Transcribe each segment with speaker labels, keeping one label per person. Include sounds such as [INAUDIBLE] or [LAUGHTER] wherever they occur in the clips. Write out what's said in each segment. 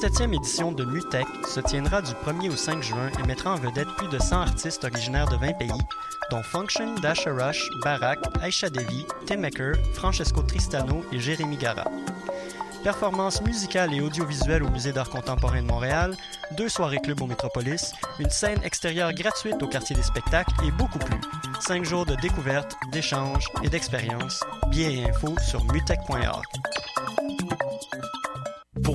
Speaker 1: cinquième édition de MUTEC se tiendra du 1er au 5 juin et mettra en vedette plus de 100 artistes originaires de 20 pays, dont Function, Dasha Rush, Barak, Aisha Devi, Tim Maker, Francesco Tristano et Jérémy Gara. Performances musicales et audiovisuelles au Musée d'art contemporain de Montréal, deux soirées club au Métropolis, une scène extérieure gratuite au quartier des spectacles et beaucoup plus. Cinq jours de découvertes, d'échanges et d'expériences. Billets et infos sur mutech.org.
Speaker 2: Pour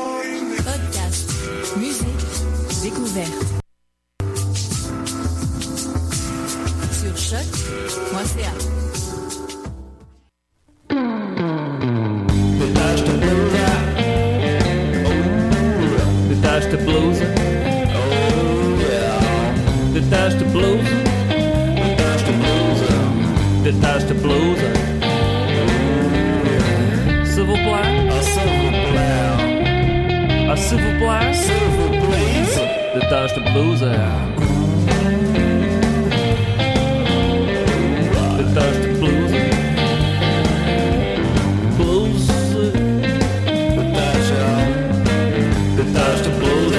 Speaker 3: Podcast, musique, découverte. Sur choc.ca.
Speaker 4: De tâches de blues. Oh, de tâches de blues. Oh, yeah. De tâches de blues. De tâches de blues. De tâches de blues. S'il vous plaît. Ah, s'il vous plaît. Ah, s'il vous plaît. S'il vous plaît. De tâches de blues. De tâches de blues. Blues. De tâches de tâches de blues.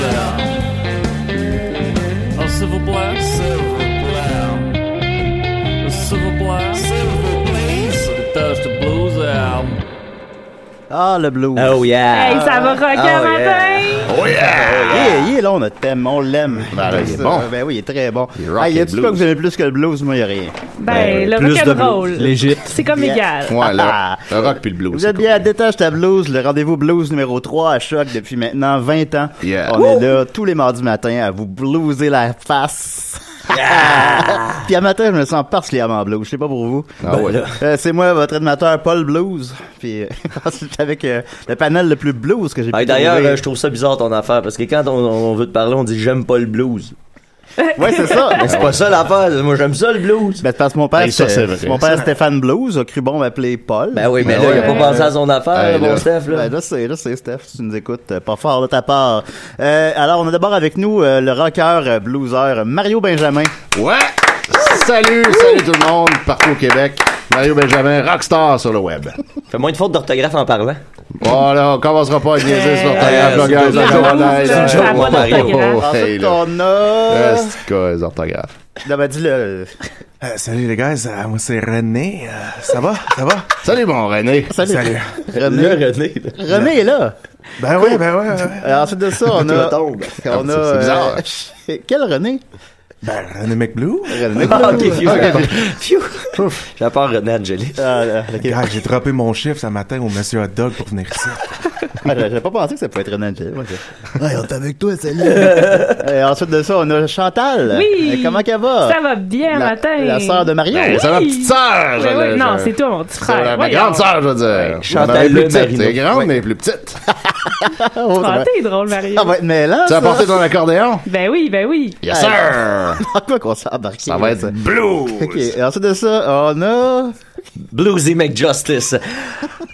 Speaker 4: Oh, s'il vous plaît. S'il vous plaît. Oh, s'il vous plaît. S'il vous plaît. De tâches de blues.
Speaker 5: Ah, le blues.
Speaker 6: Oh yeah!
Speaker 7: Hey, ça va rocker
Speaker 5: Ah,
Speaker 7: matin!
Speaker 6: Oh yeah!
Speaker 5: Yeah, il est long, notre thème, on l'aime.
Speaker 6: Ben là, il est
Speaker 5: Ça,
Speaker 6: bon.
Speaker 5: Ben oui, il est très bon.
Speaker 6: Il est rock
Speaker 5: Ah, y
Speaker 6: and
Speaker 5: a tout quoi que
Speaker 6: blues.
Speaker 5: vous aimez plus que le blues, moi, il a rien.
Speaker 7: Ben, le
Speaker 8: plus de
Speaker 7: rock'n'roll.
Speaker 8: L'Égypte.
Speaker 7: C'est comme
Speaker 5: Yeah.
Speaker 7: égal.
Speaker 6: Ouais, là, le rock puis le blues.
Speaker 5: Vous
Speaker 6: c'est
Speaker 5: êtes bien à Détache ta blouse, le rendez-vous blues numéro 3 à Choc depuis maintenant 20 ans.
Speaker 6: Yeah.
Speaker 5: On est là tous les mardis matins à vous blouser la face. Puis à matin, je me sens particulièrement blues, je sais pas pour vous.
Speaker 6: Ah ouais.
Speaker 5: Euh, c'est moi, votre animateur Paul Blues. Puis euh, [LAUGHS] ensuite, avec euh, le panel le plus blues que j'ai pu
Speaker 9: Hey, D'ailleurs,
Speaker 5: trouver.
Speaker 9: euh, je trouve ça bizarre ton affaire parce que quand on, on veut te parler, on dit j'aime pas le blues.
Speaker 5: Ouais, c'est ça.
Speaker 9: Mais c'est pas ça l'affaire. Moi, j'aime ça le blues.
Speaker 5: Ben, c'est parce que mon père,
Speaker 6: Ah, ben, Hey, ça,
Speaker 5: c'était-
Speaker 6: c'est vrai.
Speaker 5: mon père Stéphane Blues a cru bon m'appeler Paul.
Speaker 9: Ben oui, mais
Speaker 6: Ben
Speaker 9: là,
Speaker 6: ouais.
Speaker 9: il a pas pensé à son affaire,
Speaker 6: Hey,
Speaker 9: mon
Speaker 6: là.
Speaker 9: Steph. Là.
Speaker 5: Ben, là, c'est, là, c'est Steph, tu nous écoutes euh, pas fort de ta part. Euh, alors, on a d'abord avec nous euh, le rocker euh, blueser euh, Mario Benjamin.
Speaker 6: tout. Ouais! Salut, salut tout le monde, partout au Québec. Mario Benjamin, rockstar sur le web.
Speaker 9: Fais moins de fautes d'orthographe en parlant.
Speaker 6: Voilà, on commencera pas à niaiser sur
Speaker 9: Euh,
Speaker 6: l'orthographe, là,
Speaker 9: c'est
Speaker 6: guys, là,
Speaker 9: une
Speaker 6: come
Speaker 7: joke,
Speaker 6: on, hey,
Speaker 7: c'est une
Speaker 6: là.
Speaker 7: joke,
Speaker 6: Oh,
Speaker 9: pas
Speaker 7: d'orthographe.
Speaker 6: oh, hey,
Speaker 5: Ensuite,
Speaker 6: là.
Speaker 5: on a...
Speaker 6: Euh, C'est quoi, les orthographes?
Speaker 5: Non, ben, dis-le.
Speaker 8: Euh, salut les gars, euh, moi c'est René. Euh, ça va? Ça va?
Speaker 6: Salut mon René.
Speaker 5: Salut.
Speaker 8: Salut.
Speaker 5: René.
Speaker 9: René.
Speaker 5: René est là.
Speaker 8: Ben oui, ben ouais, ouais, ouais.
Speaker 5: Alors, ensuite de ça,
Speaker 6: [LAUGHS]
Speaker 5: on a... on a...
Speaker 6: Ah, C'est bizarre.
Speaker 5: euh, Quel René?
Speaker 8: Ben René McBlue.
Speaker 5: René.
Speaker 9: Ah, ok, phew,
Speaker 5: [LAUGHS]
Speaker 9: j'ai peur. Phew. J'ai peur, René Angeli.
Speaker 5: Ah, là, ok.
Speaker 8: Gars, j'ai droppé mon chiffre ce matin au Monsieur Hot Dog pour venir ici.
Speaker 5: Ah, J'avais pas pensé que ça pouvait être René Angel.
Speaker 9: [LAUGHS]
Speaker 5: Moi, je- Ouais, on est avec toi, salut. Et ensuite de ça, on a Chantal.
Speaker 7: Oui.
Speaker 5: Euh, Comment qu'elle va?
Speaker 7: Ça va bien
Speaker 5: la,
Speaker 7: matin.
Speaker 5: La sœur de Mario.
Speaker 6: Ben,
Speaker 7: Oui.
Speaker 6: C'est ma petite sœur!
Speaker 7: Oui,
Speaker 6: j'allais-
Speaker 7: oui, Ben non,
Speaker 6: j'allais-
Speaker 7: c'est toi, mon petit
Speaker 6: C'est la-
Speaker 7: frère.
Speaker 6: ma
Speaker 7: Voyons.
Speaker 6: grande sœur, je veux dire.
Speaker 9: Chantal
Speaker 6: Ma plus
Speaker 9: Le
Speaker 6: petite.
Speaker 9: Marino.
Speaker 6: Elle est grande,
Speaker 9: Ouais.
Speaker 6: mais elle est plus petite.
Speaker 5: Oh, ça
Speaker 7: Ah,
Speaker 5: va-
Speaker 7: t'es drôle, Marie.
Speaker 5: ça va être
Speaker 7: Ah,
Speaker 5: mêlant,
Speaker 6: Tu as
Speaker 5: ça.
Speaker 6: apporté ton accordéon?
Speaker 7: Ben oui, ben oui.
Speaker 6: Yes, sir!
Speaker 5: [LAUGHS] En quoi qu'on s'est embarqué?
Speaker 6: Ça va être blues!
Speaker 5: [LAUGHS] Ok, et ensuite de ça, on a...
Speaker 9: Bluesy McJustice.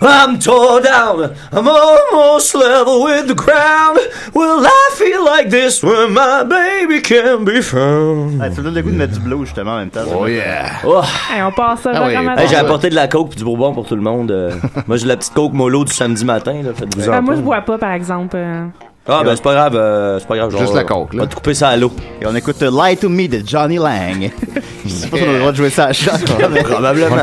Speaker 9: I'm tore down. I'm almost level with the ground. Will I feel like this when my baby can be found?
Speaker 5: Ah, tu me donnes le goût de mettre du blue, justement, en même temps.
Speaker 6: Oh yeah!
Speaker 9: Oh.
Speaker 7: Hey, on passe ça
Speaker 6: Ah oui.
Speaker 7: vraiment
Speaker 6: Hey,
Speaker 7: matin.
Speaker 9: Hey, j'ai
Speaker 6: Ah,
Speaker 9: apporté de la coke pis du bourbon pour tout le
Speaker 6: [LAUGHS]
Speaker 9: monde. euh. moi, j'ai la petite coke mollo du samedi matin. Là, faites-vous
Speaker 7: Ben,
Speaker 9: en
Speaker 7: moi,
Speaker 9: pas.
Speaker 7: je bois pas, par exemple. euh.
Speaker 9: Ah, ben, c'est pas grave. euh, c'est pas grave.
Speaker 6: Juste
Speaker 9: genre, euh,
Speaker 6: la coke, là. [LAUGHS]
Speaker 9: On va te couper ça à l'eau.
Speaker 5: Et on écoute euh, Lie to Me de
Speaker 6: [LAUGHS]
Speaker 5: Johnny Lang. Je sais pas si on a le droit de jouer ça à chaque fois, mais- [LAUGHS]
Speaker 9: Probablement.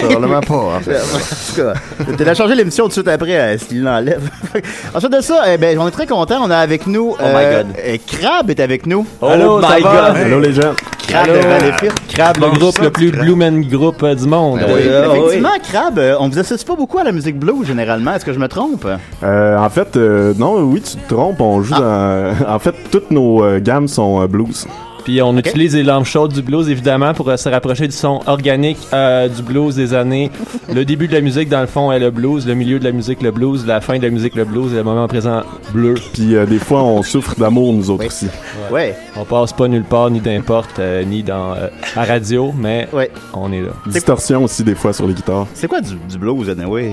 Speaker 6: Probablement pas, en fait.
Speaker 5: En tout cas, t'as téléchargé l'émission tout de suite après, euh, s'il l'enlève. [LAUGHS] Ensuite de ça, eh ben, on est très content. On a avec nous. Oh
Speaker 9: my God.
Speaker 5: Crab est avec nous.
Speaker 9: Oh
Speaker 8: ça
Speaker 9: my
Speaker 8: va?
Speaker 9: god.
Speaker 8: Hey.
Speaker 10: Allô les gens.
Speaker 5: Crab de Valéfil.
Speaker 10: Crab, le groupe le plus Blumen groupe euh, du
Speaker 5: Ben
Speaker 10: monde.
Speaker 6: Ah oui.
Speaker 9: Ah oui.
Speaker 5: Effectivement, Crab, euh, on vous associe pas beaucoup à la musique blues généralement. Est-ce que je me trompe?
Speaker 10: Euh, en
Speaker 5: Ah.
Speaker 8: [LAUGHS]
Speaker 10: fait, euh, non, oui, tu te trompes. On joue dans. En fait, toutes nos euh, gammes sont euh, blues. Puis on utilise les lampes chaudes du blues, évidemment, pour euh, se rapprocher du son organique euh, du blues des années. Le début de la musique, dans le fond, est le blues. Le milieu de la musique, le blues. La fin de la musique, le blues. Et le moment présent, bleu.
Speaker 8: Puis euh, des fois, on souffre d'amour, nous autres aussi.
Speaker 5: Ouais.
Speaker 10: On passe pas nulle part, ni d'importe, euh, ni dans euh, la radio, mais on est là.
Speaker 8: Distorsion aussi, des fois, sur les guitares.
Speaker 5: C'est quoi du, du blues, anyway?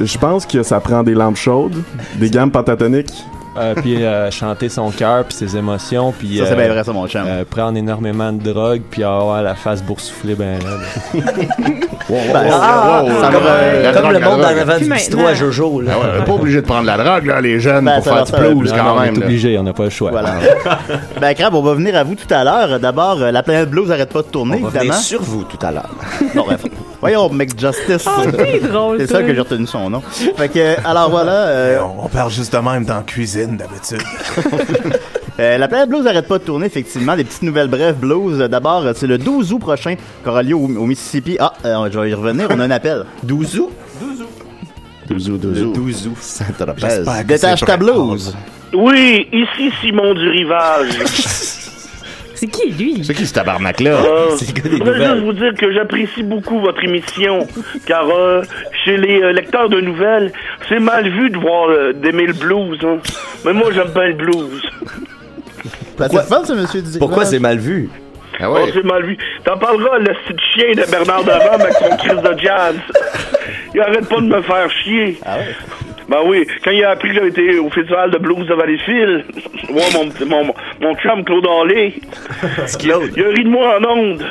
Speaker 8: Je pense que ça prend des lampes chaudes, des gammes pentatoniques.
Speaker 10: Euh, puis euh, chanter son cœur, puis ses émotions, puis
Speaker 8: Ça, c'est bien
Speaker 5: vrai, ça, mon chum.
Speaker 10: euh, prendre énormément de drogue, puis avoir la face boursouflée ben raide.
Speaker 5: Ben,
Speaker 6: Oh,
Speaker 9: Ah,
Speaker 5: wow,
Speaker 9: ah,
Speaker 5: ça
Speaker 9: comme,
Speaker 5: va,
Speaker 9: euh,
Speaker 5: la
Speaker 9: comme
Speaker 5: drogue,
Speaker 9: le
Speaker 5: la
Speaker 9: monde
Speaker 5: drogue.
Speaker 9: en avant
Speaker 5: Puis
Speaker 9: du bistrot
Speaker 5: maintenant-
Speaker 9: à Jojo. Là.
Speaker 6: Ah ouais, on est pas obligé de prendre la drogue, là, les jeunes,
Speaker 5: Ben,
Speaker 6: pour
Speaker 5: ça
Speaker 6: faire
Speaker 5: va,
Speaker 6: du
Speaker 5: ça va.
Speaker 6: blues,
Speaker 5: Non,
Speaker 6: quand
Speaker 5: on est
Speaker 6: même. là.
Speaker 10: obligé, on n'a pas le choix.
Speaker 5: Voilà. [LAUGHS]
Speaker 9: Ah.
Speaker 5: ben, Crab, on va venir à vous tout à l'heure. D'abord, euh, la planète blues n'arrête pas de tourner,
Speaker 9: On va
Speaker 5: évidemment.
Speaker 9: venir sur vous tout
Speaker 5: [LAUGHS]
Speaker 9: à l'heure.
Speaker 5: Bon, bref. Voyons, Mec Justice.
Speaker 7: Ah, c'est drôle,
Speaker 5: [LAUGHS] C'est
Speaker 7: ça.
Speaker 5: ça que j'ai retenu son nom. Fait que, euh, alors voilà. euh,
Speaker 11: Ben, On, on parle juste de même dans la cuisine d'habitude.
Speaker 5: [LAUGHS] Euh, la planète blues n'arrête pas de tourner, effectivement. Des petites nouvelles brèves blues. Euh, D'abord, euh, c'est le 12 août prochain qu'aura lieu au, au Mississippi. Ah, euh, je vais y revenir, on a un appel.
Speaker 9: 12 août?
Speaker 5: 12 août, 12 août. 12 août.
Speaker 11: J'espère
Speaker 5: Saint-Tropez.
Speaker 11: que
Speaker 5: Détache
Speaker 11: c'est
Speaker 5: ta
Speaker 11: vrai.
Speaker 5: blouse.
Speaker 12: Oui, ici Simon du Rivage.
Speaker 7: C'est qui, lui?
Speaker 6: C'est qui ce tabarnak-là?
Speaker 9: [LAUGHS]
Speaker 12: Euh, je voulais juste vous dire que j'apprécie beaucoup votre émission, car euh, chez les euh, lecteurs de nouvelles, c'est mal vu de voir euh, d'aimer le blues. hein. Mais moi, j'aime bien le blues.
Speaker 5: Pourquoi, ça, monsieur du
Speaker 9: Pourquoi c'est mal vu?
Speaker 6: Ah
Speaker 12: Oh, c'est mal vu. T'en parleras à le petit chien de Bernard Devant avec son crise
Speaker 9: [LAUGHS]
Speaker 12: de jazz. Il arrête pas de me faire chier.
Speaker 9: Ah
Speaker 12: Ben oui, quand il a appris que j'avais été au festival de blues de Valleyfield, ouais, mon, petit- mon, mon, mon chum Claude
Speaker 9: [LAUGHS]
Speaker 12: Allé, il a ri de moi en ondes.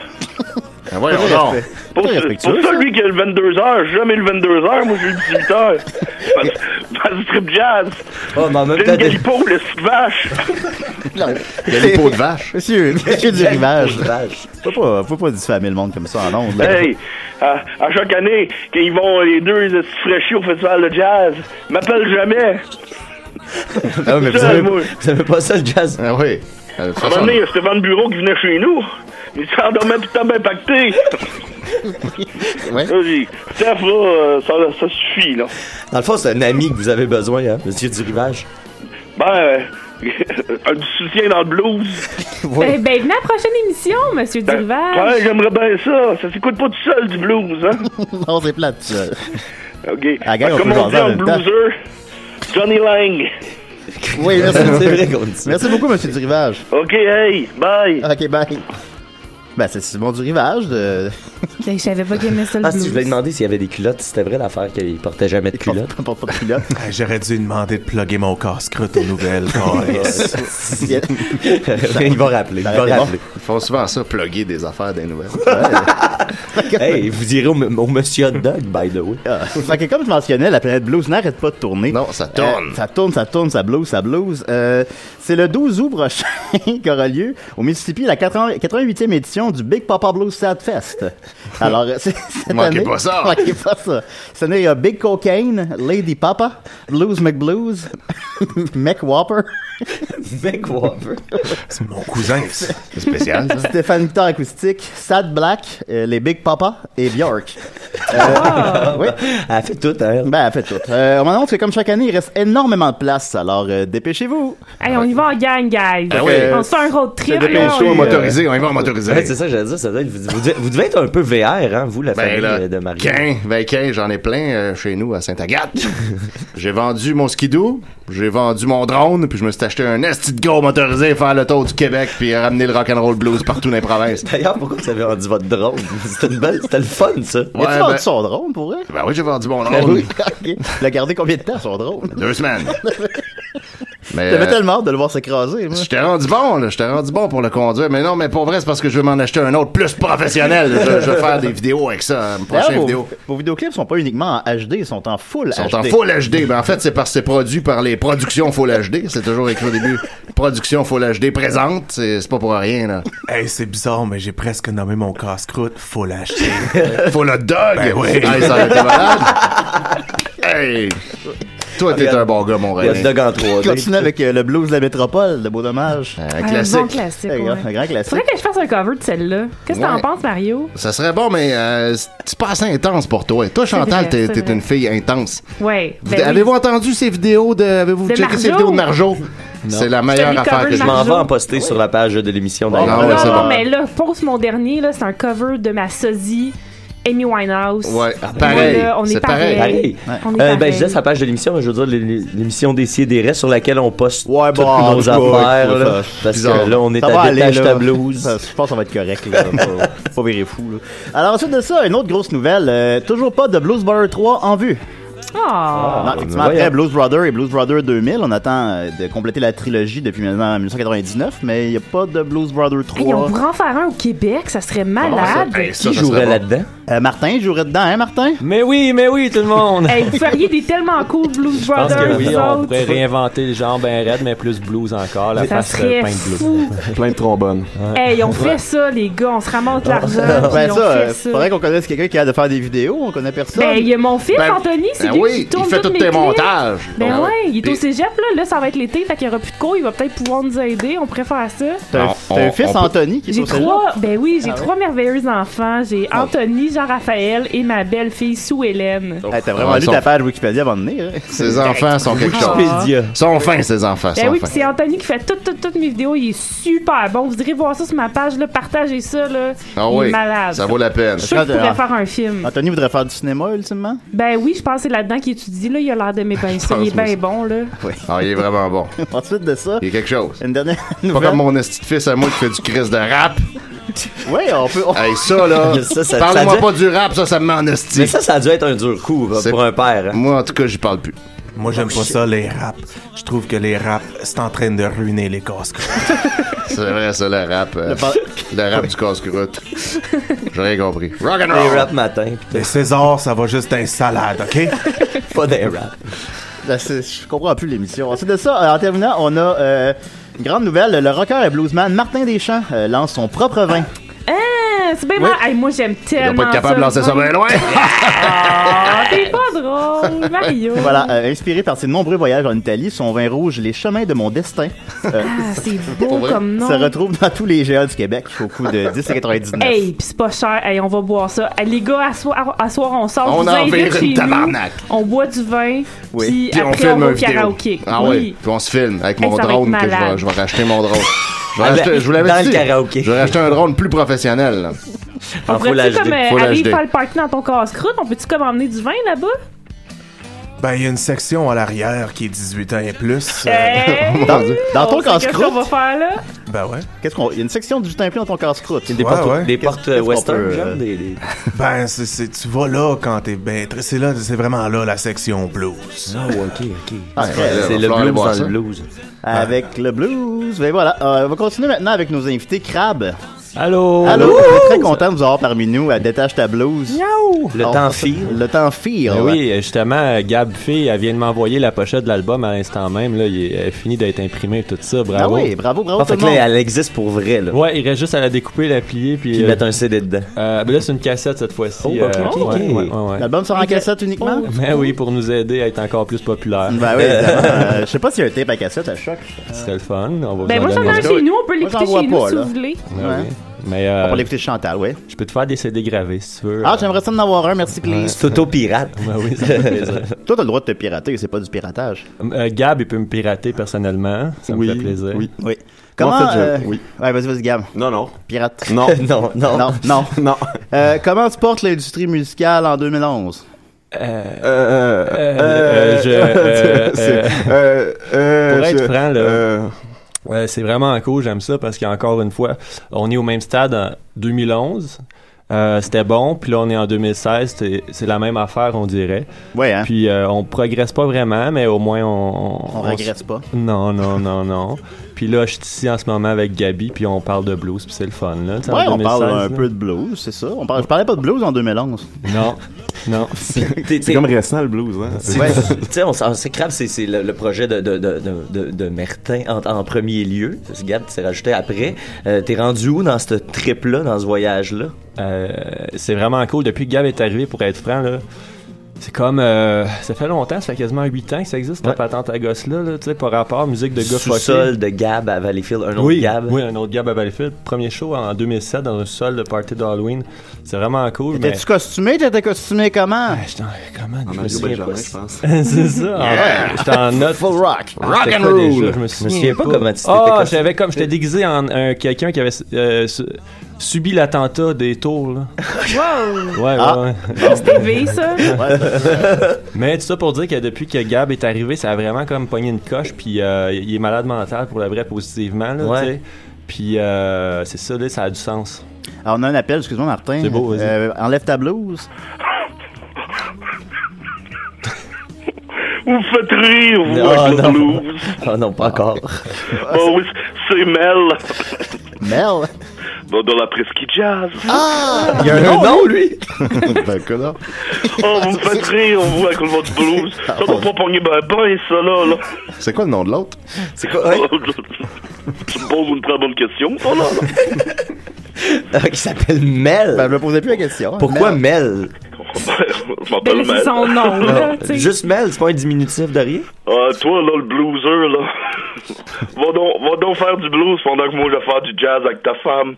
Speaker 6: Ah, voyons donc.
Speaker 12: Pour,
Speaker 6: Très
Speaker 12: ce-
Speaker 6: respectueux,
Speaker 12: pour ça,
Speaker 6: ça.
Speaker 12: lui qui a le 22h, jamais le 22h, moi j'ai le 18h.
Speaker 9: [LAUGHS]
Speaker 12: Parce- Parce que strip jazz.
Speaker 9: Oh, mais en même
Speaker 12: J'ai
Speaker 9: temps,
Speaker 12: une galipo, le
Speaker 9: [LAUGHS]
Speaker 12: petite vache. [LAUGHS]
Speaker 6: Galipo de vache.
Speaker 5: Monsieur, monsieur du rivage.
Speaker 9: Galipo de vache.
Speaker 5: Faut pas, faut pas diffamer le monde comme ça en ondes. là. [LAUGHS]
Speaker 12: Hey, à, à chaque année, quand ils vont les deux ils se fraîchis au festival de jazz, ils m'appellent jamais.
Speaker 9: Ah, mais vous,
Speaker 12: Ça,
Speaker 9: avez,
Speaker 12: moi.
Speaker 9: vous avez pas ça le jazz?
Speaker 6: Ah oui.
Speaker 12: À un moment donné, il y a Stéphane Bureau qui venait chez nous. Il Ah, s'endormait tout le temps
Speaker 5: [LAUGHS]
Speaker 12: bien pacté. Là, j'ai dit, Steph, là, euh, ça, ça suffit, là.
Speaker 9: Dans le fond, c'est un ami que vous avez besoin, hein, monsieur du rivage.
Speaker 12: [LAUGHS] Ben, euh, du soutien dans
Speaker 9: [LAUGHS]
Speaker 12: le blues.
Speaker 7: Ben, ben, venez à la prochaine émission, Monsieur
Speaker 12: Ben, ouais,
Speaker 7: Durval.
Speaker 12: j'aimerais bien ça. Ça s'écoute pas tout seul, du blues, hein.
Speaker 5: [LAUGHS] non, c'est plate. ça.
Speaker 12: OK.
Speaker 5: Ah, gars, on
Speaker 12: Comme
Speaker 5: peut
Speaker 12: on dit
Speaker 5: jaser en
Speaker 12: en
Speaker 5: même temps.
Speaker 12: blueser, Johnny Lang.
Speaker 5: Oui, merci.
Speaker 9: C'est vrai qu'on dit ça.
Speaker 5: Merci beaucoup, monsieur du rivage.
Speaker 12: OK, hey, bye.
Speaker 5: Ok, bye. Ben, c'est Simon du rivage. de-
Speaker 7: Ben, Je savais pas qu'il aimait ça le
Speaker 9: Ah, si je voulais
Speaker 7: blues.
Speaker 9: demander s'il y avait des culottes, c'était vrai l'affaire qu'il portait jamais de culottes.
Speaker 5: On porte pas de
Speaker 9: [LAUGHS]
Speaker 5: culotte.
Speaker 11: Ah, J'aurais dû demander de plugger mon casse-croûte
Speaker 6: [LAUGHS]
Speaker 11: aux nouvelles. câlisse.
Speaker 9: [LAUGHS] il va rappeler, il
Speaker 5: Ça aurait
Speaker 9: va
Speaker 5: été
Speaker 9: rappeler.
Speaker 6: Ils font souvent ça, plugger des affaires des
Speaker 9: [LAUGHS]
Speaker 6: nouvelles.
Speaker 9: Hey, vous direz au, m- au monsieur Hot Dog, by the way.
Speaker 5: Ah. Fait que comme je mentionnais, la planète blues n'arrête pas de tourner.
Speaker 6: Non, ça tourne.
Speaker 5: Euh, ça tourne, ça tourne, ça blues, ça blues. Euh, c'est le 12 août prochain [LAUGHS] qu'aura lieu au Mississippi la 80 88e édition du Big Papa Blues Sad Fest. Alors, euh, [LAUGHS] c'est cette
Speaker 6: Manquez
Speaker 5: année-
Speaker 6: pas ça.
Speaker 5: [LAUGHS] Manquez pas ça. Cette année, il y a Big Cocaine, Lady Papa, Blues McBlues, [LAUGHS] Mec Whopper,
Speaker 9: Mec, Whopper.
Speaker 11: C'est mon
Speaker 5: [LAUGHS]
Speaker 11: cousin. ça.
Speaker 6: C'est spécial, ça.
Speaker 5: Stéphane Guitar Acoustique, Sad Black, euh, les Big Papa et Bjork. Euh, [LAUGHS] oui.
Speaker 9: Elle fait tout, hein. elle.
Speaker 5: Ben, elle fait tout. Euh, on m'annonce que comme chaque année, il reste énormément de place, alors euh, dépêchez-vous.
Speaker 7: Hey, on y va en gang, guys.
Speaker 6: Ah ouais.
Speaker 5: Euh,
Speaker 7: On se fait un road trip,
Speaker 6: C'est
Speaker 7: là.
Speaker 6: dépêche-toi, motorisé, on y va en motorisé.
Speaker 9: Ouais, c'est ça, j'allais dire, ça doit être- vous, vous devez- vous devez être un peu VR, hein, vous, la famille
Speaker 6: Ben là,
Speaker 9: euh, de Marie.
Speaker 6: 15, ben 15, j'en ai plein euh, chez nous à
Speaker 9: [LAUGHS]
Speaker 6: Sainte-Agathe. j'ai vendu mon skidoo, j'ai vendu mon drone, puis je me suis acheté un esti de go motorisé faire le tour du Québec puis ramener le rock'n'roll blues partout dans les provinces.
Speaker 9: D'ailleurs, pourquoi vous avez vendu votre drone? C'était une belle, c'était le fun, ça.
Speaker 5: Y a-tu
Speaker 6: Ouais,
Speaker 5: vendu
Speaker 6: ben-
Speaker 5: son drone, pour vrai?
Speaker 6: Ben oui, j'ai vendu mon
Speaker 5: Ben
Speaker 6: drone.
Speaker 5: oui. [LAUGHS] Ok. Il a gardé combien de temps, son drone?
Speaker 6: Deux semaines. Mais
Speaker 5: J'avais
Speaker 6: euh,
Speaker 5: tellement hâte de le voir s'écraser, moi.
Speaker 6: je t'ai rendu bon, là. Je t'ai rendu bon pour le conduire. Mais non, mais pour vrai, c'est parce que je veux m'en acheter un autre plus professionnel. Je, je vais faire des vidéos avec ça, hein, une
Speaker 5: D'ailleurs,
Speaker 6: prochaine
Speaker 5: vos,
Speaker 6: vidéo.
Speaker 5: vos vidéoclips sont pas uniquement en HD, ils sont en full
Speaker 6: Ils
Speaker 5: HD.
Speaker 6: sont en full HD. Ben, en fait, c'est parce que c'est produit par les productions full HD. C'est toujours écrit au début. Production full HD présente. C'est c'est pas pour rien, là.
Speaker 11: Hey, c'est bizarre, mais j'ai presque nommé mon casse-croûte.
Speaker 5: [LAUGHS]
Speaker 11: Faut l'acheter.
Speaker 6: Full hot dog!
Speaker 11: Ben oui.
Speaker 6: Hey, ça aurait été malade. hey! Toi, t'es un bon gars, mon
Speaker 9: Il y a le
Speaker 6: René.
Speaker 9: dog en 3D.
Speaker 5: Continue avec euh, le blues de la métropole, de Beau Dommage.
Speaker 6: Un
Speaker 7: Un bon
Speaker 6: classique.
Speaker 7: classique,
Speaker 5: Un grand- un
Speaker 7: ouais.
Speaker 5: grand classique.
Speaker 7: Faudrait que je fasse un cover de celle-là. Qu'est-ce que
Speaker 6: Ouais.
Speaker 7: t'en penses, Mario?
Speaker 6: Ça serait bon, mais euh, c'est pas assez intense pour toi. Toi, Chantal,
Speaker 7: vrai,
Speaker 6: t'es
Speaker 7: c'est
Speaker 6: t'es
Speaker 7: vrai.
Speaker 6: une fille intense.
Speaker 7: Ouais.
Speaker 6: Vous-
Speaker 7: Ben oui.
Speaker 6: Avez-vous entendu ces vidéos de. Avez-vous
Speaker 7: De
Speaker 6: checké ces
Speaker 7: Marjo.
Speaker 6: vidéos de Marjo? C'est la meilleure
Speaker 7: Je te
Speaker 6: affaire que
Speaker 7: recover
Speaker 6: je
Speaker 9: Je m'en
Speaker 7: Marjo.
Speaker 9: vais en poster sur la page de l'émission
Speaker 10: Ah
Speaker 7: Non,
Speaker 5: Ah
Speaker 9: d'ailleurs.
Speaker 7: non, mais là, pose mon dernier, là, c'est un cover de ma sosie, Amy Winehouse.
Speaker 9: Ouais,
Speaker 7: Voilà,
Speaker 5: ah,
Speaker 9: pareil.
Speaker 7: on est pareil. On est
Speaker 9: Euh, ben,
Speaker 7: pareil.
Speaker 9: je disais la page de l'émission, mais je veux dire l'é- l'émission des Ciers des restes sur laquelle on poste toutes
Speaker 5: bon, bah, en
Speaker 9: nos
Speaker 5: tout cas,
Speaker 9: affaires.
Speaker 5: ouais,
Speaker 9: là,
Speaker 5: ça, c'est
Speaker 9: parce
Speaker 5: bizarre.
Speaker 9: que là, on est
Speaker 5: Ça va
Speaker 9: à
Speaker 5: aller,
Speaker 9: détache
Speaker 5: là.
Speaker 9: ta blouse.
Speaker 5: Ça, je pense que ça va être correct. Là. Faut- Faut virer fou. Là. Alors, ensuite de ça, une autre grosse nouvelle. euh, toujours pas de Blues Brother 3 en vue.
Speaker 7: Ah.
Speaker 5: non, effectivement,
Speaker 9: voyons.
Speaker 5: après Blues Brother et Blues Brother 2000, on attend euh, de compléter la trilogie depuis maintenant 1999, mais il n'y a pas de Blues Brother 3.
Speaker 7: Hey, on pourrait en faire un au Québec, ça serait
Speaker 10: Ah,
Speaker 7: malade.
Speaker 9: là-dedans?
Speaker 5: Euh, Martin jouerait dedans, hein, Martin?
Speaker 10: Mais oui, mais oui, tout le monde!
Speaker 7: Hey, vous feriez des tellement cool Blues
Speaker 10: Je pense
Speaker 7: Brothers,
Speaker 10: que oui,
Speaker 7: vous
Speaker 10: on
Speaker 7: autres.
Speaker 10: pourrait réinventer le genre ben raide, mais plus blues encore, la
Speaker 7: Ça
Speaker 10: face
Speaker 7: serait
Speaker 10: euh, plein de
Speaker 7: fou.
Speaker 10: blues. plein de trombones.
Speaker 7: Hey, on fait ça, les gars, on se ramasse
Speaker 10: Ah.
Speaker 7: de l'argent.
Speaker 5: [LAUGHS] ben
Speaker 10: [LAUGHS]
Speaker 7: puis on
Speaker 5: ça,
Speaker 7: fait
Speaker 5: euh,
Speaker 7: ça.
Speaker 5: faudrait qu'on connaisse quelqu'un qui a de faire des vidéos, on connaît personne.
Speaker 7: Ben, il y a mon fils, Anthony, c'est
Speaker 5: ben
Speaker 7: lui
Speaker 5: oui,
Speaker 7: qui
Speaker 5: il
Speaker 7: tourne
Speaker 5: fait
Speaker 7: tous
Speaker 5: tous
Speaker 7: mes
Speaker 5: tes
Speaker 7: clips.
Speaker 5: montages.
Speaker 7: Ben
Speaker 5: Ah
Speaker 7: ouais,
Speaker 5: ouais.
Speaker 7: il est au
Speaker 5: Puis-
Speaker 7: cégep, là. Là, ça va être l'été, fait qu'il n'y aura plus de cours. Il va peut-être pouvoir nous aider. On préfère ça.
Speaker 5: T'as un- t'as un fils, Anthony, qui est
Speaker 7: J'ai
Speaker 5: au cégep?
Speaker 7: trois, ben oui,
Speaker 5: Ah
Speaker 7: j'ai
Speaker 5: ouais? Ah
Speaker 7: trois merveilleux enfants. J'ai Anthony, Jean-Raphaël et ma belle-fille Sue-Hélène.
Speaker 5: Hey, Eh, T'as vraiment
Speaker 6: Ah,
Speaker 5: lu
Speaker 6: ils
Speaker 5: ta
Speaker 6: sont-
Speaker 5: page Wikipédia avant de venir. hein? [LAUGHS]
Speaker 6: Ces enfants sont quelque chose.
Speaker 5: Wikipédia.
Speaker 6: Ils sont fins, ces enfants.
Speaker 7: Ben
Speaker 6: sont
Speaker 7: oui,
Speaker 6: fins.
Speaker 7: puis c'est Anthony qui fait toutes, toutes, toutes mes vidéos. Il est super bon. Vous irez voir ça sur ma page, là. Partagez ça, là.
Speaker 5: Ah
Speaker 7: il est
Speaker 5: oui,
Speaker 7: malade.
Speaker 5: ça vaut la peine.
Speaker 7: Je suis sûr qu'il pourrait
Speaker 5: Ah.
Speaker 7: faire un film.
Speaker 5: Anthony voudrait faire du cinéma, ultimement?
Speaker 7: Ben oui, je pense que c'est là-dedans qu'il étudie, là. Il a l'air
Speaker 5: [LAUGHS]
Speaker 7: de mes ça. Il est
Speaker 5: pense moi
Speaker 7: bien
Speaker 5: aussi.
Speaker 7: bon, là.
Speaker 6: Ah, il est vraiment bon.
Speaker 5: [LAUGHS] Ensuite de ça,
Speaker 6: il y a quelque chose.
Speaker 5: Une dernière
Speaker 6: Pas comme mon esti de fils à moi qui fait du crise de rap.
Speaker 5: Oui, on peut.
Speaker 6: Hey, ça, là.
Speaker 9: [LAUGHS] Ça, ça-
Speaker 6: Parle-moi
Speaker 9: ça-
Speaker 6: pas du rap, ça, ça me met en esti.
Speaker 9: Mais ça, ça a dû être un dur coup euh,
Speaker 6: C'est-
Speaker 9: pour un
Speaker 5: hein.
Speaker 9: père.
Speaker 6: Moi, en tout cas, j'y parle plus.
Speaker 11: Moi, j'aime pas ça, les raps. Je trouve que les raps, c'est en train de ruiner les casques.
Speaker 6: C'est vrai, ça, le rap. euh,
Speaker 11: Le par-
Speaker 6: le rap du casse-croûte. J'ai rien compris. Rock and
Speaker 11: Les
Speaker 6: roll.
Speaker 11: raps
Speaker 9: matin.
Speaker 11: Les César, ça va juste un salade, OK?
Speaker 6: [LAUGHS]
Speaker 9: pas des raps.
Speaker 5: Là, ben, c'est- je comprends plus l'émission. Ensuite de ça, euh, en terminant, on a euh, une grande nouvelle. Le rocker et bluesman Martin Deschamps euh, lance son propre vin.
Speaker 7: Ah, c'est bien
Speaker 5: Oui.
Speaker 7: mal. Hey, moi, j'aime tellement.
Speaker 5: pas être capable de lancer
Speaker 7: le
Speaker 5: ça
Speaker 7: vin.
Speaker 5: bien loin.
Speaker 7: Ah, t'es pas
Speaker 5: [LAUGHS]
Speaker 7: drôle, Mario.
Speaker 5: Voilà, euh, inspiré par ses nombreux voyages en Italie, son vin rouge, Les Chemins de mon destin. euh,
Speaker 7: Ah,
Speaker 5: [LAUGHS]
Speaker 7: c'est beau comme nom.
Speaker 5: se retrouve dans tous les GA du Québec au coût de 10,99.
Speaker 7: Hey, pis c'est pas cher. Hey, on va boire ça. Hey, les gars, à soir, à soir, on sort.
Speaker 5: On
Speaker 7: je vous
Speaker 5: en
Speaker 7: invite
Speaker 5: vire une
Speaker 7: chez nous.
Speaker 6: tabarnak.
Speaker 7: On boit du vin.
Speaker 6: Oui.
Speaker 7: Puis,
Speaker 6: Puis on
Speaker 7: après, on,
Speaker 6: filme
Speaker 7: va
Speaker 6: un
Speaker 7: au
Speaker 6: vidéo.
Speaker 7: karaoké.
Speaker 6: Ah
Speaker 7: oui.
Speaker 6: oui, puis on se filme avec
Speaker 7: Hey,
Speaker 6: mon
Speaker 7: ça va
Speaker 6: drone
Speaker 7: être
Speaker 6: que je
Speaker 7: malade.
Speaker 6: vais, je vais racheter mon
Speaker 7: [LAUGHS]
Speaker 6: drone. Je, vais
Speaker 9: Ah ben,
Speaker 6: racheter- je vous l'avais
Speaker 9: dans
Speaker 6: dit.
Speaker 9: le karaoké.
Speaker 6: Je vais racheter un drone plus professionnel.
Speaker 7: [LAUGHS]
Speaker 6: là.
Speaker 11: Ah,
Speaker 7: On pourrait-tu comme euh,
Speaker 6: Faut
Speaker 7: aller
Speaker 6: l'HD.
Speaker 7: faire le party dans ton casse-croûte? On peut-tu comme emmener du vin là-bas?
Speaker 11: Ben, il y a une section à l'arrière qui est 18 ans et plus.
Speaker 6: [LAUGHS]
Speaker 11: euh,
Speaker 7: [LAUGHS] Hey!
Speaker 11: Mon Dieu.
Speaker 5: Dans ton
Speaker 7: On sait qu'est-ce
Speaker 5: casse-croûte?
Speaker 7: qu'on va faire là?
Speaker 11: Ben ouais.
Speaker 5: Qu'est-ce qu'on. Il y a une section du Justin Plin dans ton casse-croûte.
Speaker 11: Des Ouais, portes- ouais. des
Speaker 5: Qu'est-ce-
Speaker 6: euh,
Speaker 11: portes,
Speaker 10: euh,
Speaker 5: qu'est-ce qu'on
Speaker 11: western,
Speaker 5: peut, euh,
Speaker 11: genre, des- [LAUGHS] Ben, c'est, c'est- tu vas là quand t'es ben, tr- c'est là, c'est vraiment là la section blues.
Speaker 9: Ah, ouais, ok, ok.
Speaker 5: Ah,
Speaker 11: C'est
Speaker 5: ouais,
Speaker 11: vrai,
Speaker 5: là,
Speaker 11: c'est
Speaker 5: va
Speaker 11: le
Speaker 5: falloir
Speaker 11: blues
Speaker 5: aller voir
Speaker 11: dans
Speaker 5: ça.
Speaker 11: le blues.
Speaker 5: Avec le blues. Mais voilà, euh, on va continuer maintenant avec nos invités Crab.
Speaker 10: Allô.
Speaker 5: Allô. On est très content de vous avoir parmi nous à Détache ta blouse.
Speaker 10: Le
Speaker 5: On-
Speaker 10: temps file.
Speaker 5: Le temps file.
Speaker 10: Ben oui, justement, euh, Gab Fee, elle vient de m'envoyer la pochette de l'album à l'instant même. Là, il est, elle finit d'être imprimée, tout ça. Bravo.
Speaker 5: Ah oui, bravo, bravo,
Speaker 10: Ah,
Speaker 5: tout le monde.
Speaker 10: elle
Speaker 9: existe pour vrai. Là.
Speaker 10: Ouais, il reste juste à la découper, la plier. Puis,
Speaker 9: Puis
Speaker 10: euh,
Speaker 9: mettre un CD dedans.
Speaker 10: euh, ben là, c'est une cassette cette fois-ci.
Speaker 9: Oh, ok,
Speaker 10: euh,
Speaker 9: ok,
Speaker 10: ouais,
Speaker 9: ok.
Speaker 10: ouais, ouais, ouais.
Speaker 5: L'album sera en
Speaker 7: oh.
Speaker 5: cassette uniquement?
Speaker 10: [LAUGHS] Ben oui, pour nous aider à être encore plus populaire.
Speaker 5: Ben oui, évidemment. Euh, je sais pas s'il y a un tape à cassette à choc.
Speaker 10: C'était le fun. On va
Speaker 7: Ben
Speaker 10: vous
Speaker 7: moi j'en ai un
Speaker 10: donner.
Speaker 7: chez nous, on peut l'écouter
Speaker 5: j'en vois
Speaker 7: chez nous
Speaker 5: pas,
Speaker 7: si
Speaker 5: là.
Speaker 7: vous voulez.
Speaker 10: Ouais,
Speaker 5: Ouais.
Speaker 10: oui. Mais, euh,
Speaker 5: On va l'écouter Chantal, oui.
Speaker 10: Je peux te faire des CD gravés si tu veux.
Speaker 5: Ah, j'aimerais ça en avoir un, merci please.
Speaker 10: C'est [LAUGHS] auto-pirate. oui, ça fait plaisir.
Speaker 5: Toi, t'as le droit de te pirater, c'est pas du piratage.
Speaker 10: Euh, Gab, il peut me pirater personnellement. Ça me fait plaisir.
Speaker 5: Oui. oui. Comment.
Speaker 10: Moi, en fait, je-
Speaker 5: euh,
Speaker 10: oui.
Speaker 5: Ouais, vas-y, vas-y, Gab.
Speaker 10: Non, non.
Speaker 5: Pirate. [LAUGHS]
Speaker 10: Non. Non, [LAUGHS] non.
Speaker 5: Non, non. Euh, comment se porte l'industrie musicale en 2011?
Speaker 10: Euh, je- euh,
Speaker 5: [LAUGHS] C'est-
Speaker 10: euh,
Speaker 5: euh, euh,
Speaker 10: pour être
Speaker 5: je- euh,
Speaker 10: franc, là, ouais, c'est vraiment cool, j'aime ça parce qu'encore une fois, on est au même stade en 2011. Euh, c'était bon, puis là on est en 2016, c'est- c'est la même affaire, on dirait.
Speaker 5: Ouais, hein?
Speaker 10: Puis euh, on progresse pas vraiment, mais au moins on. On,
Speaker 5: On
Speaker 10: s-
Speaker 5: regrette pas.
Speaker 10: Non, non, non, non. puis là, je suis ici en ce moment avec Gabi, puis on parle de blues, puis c'est le fun, là. tu sais, en
Speaker 5: Ouais, on parle
Speaker 10: 2016,
Speaker 5: un
Speaker 10: là.
Speaker 5: peu de blues, c'est ça. On parle, je parlais pas de blues en 2011.
Speaker 10: Non,
Speaker 5: [LAUGHS]
Speaker 10: non.
Speaker 9: C'est comme
Speaker 5: récent le blues, hein? Ouais.
Speaker 9: tu sais, on s'en- c'est grave, c'est c'est le, le projet de, de, de, de- de, de Mertin en, en premier lieu. Ça, c'est Gab qui s'est rajouté après. Euh, T'es rendu où dans ce trip-là, dans ce voyage-là?
Speaker 10: Euh, c'est vraiment cool. Depuis que Gab est arrivé, pour être franc, là, C'est comme. euh, ça fait longtemps, ça fait quasiment 8 ans que ça existe, la patente à gosse-là, là, tu sais, par rapport à musique de gars
Speaker 9: Sous-sol de Gab à Valleyfield, un autre
Speaker 10: oui,
Speaker 9: Gab.
Speaker 10: Oui, un autre Gab à Valleyfield. Premier show en 2007 dans un sol de party d'Halloween. C'est vraiment cool. Mais...
Speaker 5: T'es-tu costumé? T'étais costumé comment?
Speaker 10: Ah, comment?
Speaker 5: Je
Speaker 10: me
Speaker 5: me
Speaker 10: Mario souviens Benjamin, pas si- je pense.
Speaker 5: C'est
Speaker 10: [LAUGHS] C'est
Speaker 5: ça.
Speaker 10: ça. Ah ouais, J'étais en note.
Speaker 5: Full rock.
Speaker 10: Ah, c'était quoi déjà? Je me souviens, Ah, j'avais comme. J'étais déguisé en un- quelqu'un qui avait euh, su- subi l'attentat des tours, là.
Speaker 7: Wow!
Speaker 10: Ouais,
Speaker 7: Ah.
Speaker 10: ouais, ouais.
Speaker 7: Grosse TV, ça!
Speaker 10: Mais tout ça pour dire que depuis que Gab est arrivé, ça a vraiment comme pogné une coche, puis euh, il est malade mental pour la vraie positivement, là,
Speaker 5: Ouais.
Speaker 10: tu sais. Puis euh, c'est ça, là, ça a du sens.
Speaker 5: Alors, Ah, on a un appel, excuse-moi, Martin.
Speaker 10: C'est beau, vas-y.
Speaker 5: Euh, enlève ta blouse.
Speaker 12: Vous me faites rire, vous,
Speaker 9: Non,
Speaker 12: avec le
Speaker 9: Ah, non.
Speaker 12: blues.
Speaker 9: Ah non, pas encore.
Speaker 12: Bon, oui, c'est Mel.
Speaker 5: Mel?
Speaker 12: Dans, dans la presqu'île jazz.
Speaker 5: Ah!
Speaker 9: Il y a un nom, lui!
Speaker 6: ben, connard.
Speaker 12: Oh, vous me faites rire, vous, avec votre blues. Ça doit pas pogner ben ben, ça, là, là.
Speaker 6: C'est quoi le nom de l'autre?
Speaker 9: C'est quoi?
Speaker 12: [LAUGHS] tu me poses une très bonne question, ça, là. là.
Speaker 9: [LAUGHS] Qui s'appelle Mel.
Speaker 5: Ben, je me posais plus la question.
Speaker 9: Pourquoi Mel?
Speaker 12: Je
Speaker 9: Ben,
Speaker 12: m'appelle Mel.
Speaker 9: Non, Ah, Juste Mel, c'est pas un diminutif de rien?
Speaker 12: Ah, toi, là, le blueser, là. va, donc, va donc faire du blues pendant que moi, je vais faire du jazz avec ta femme.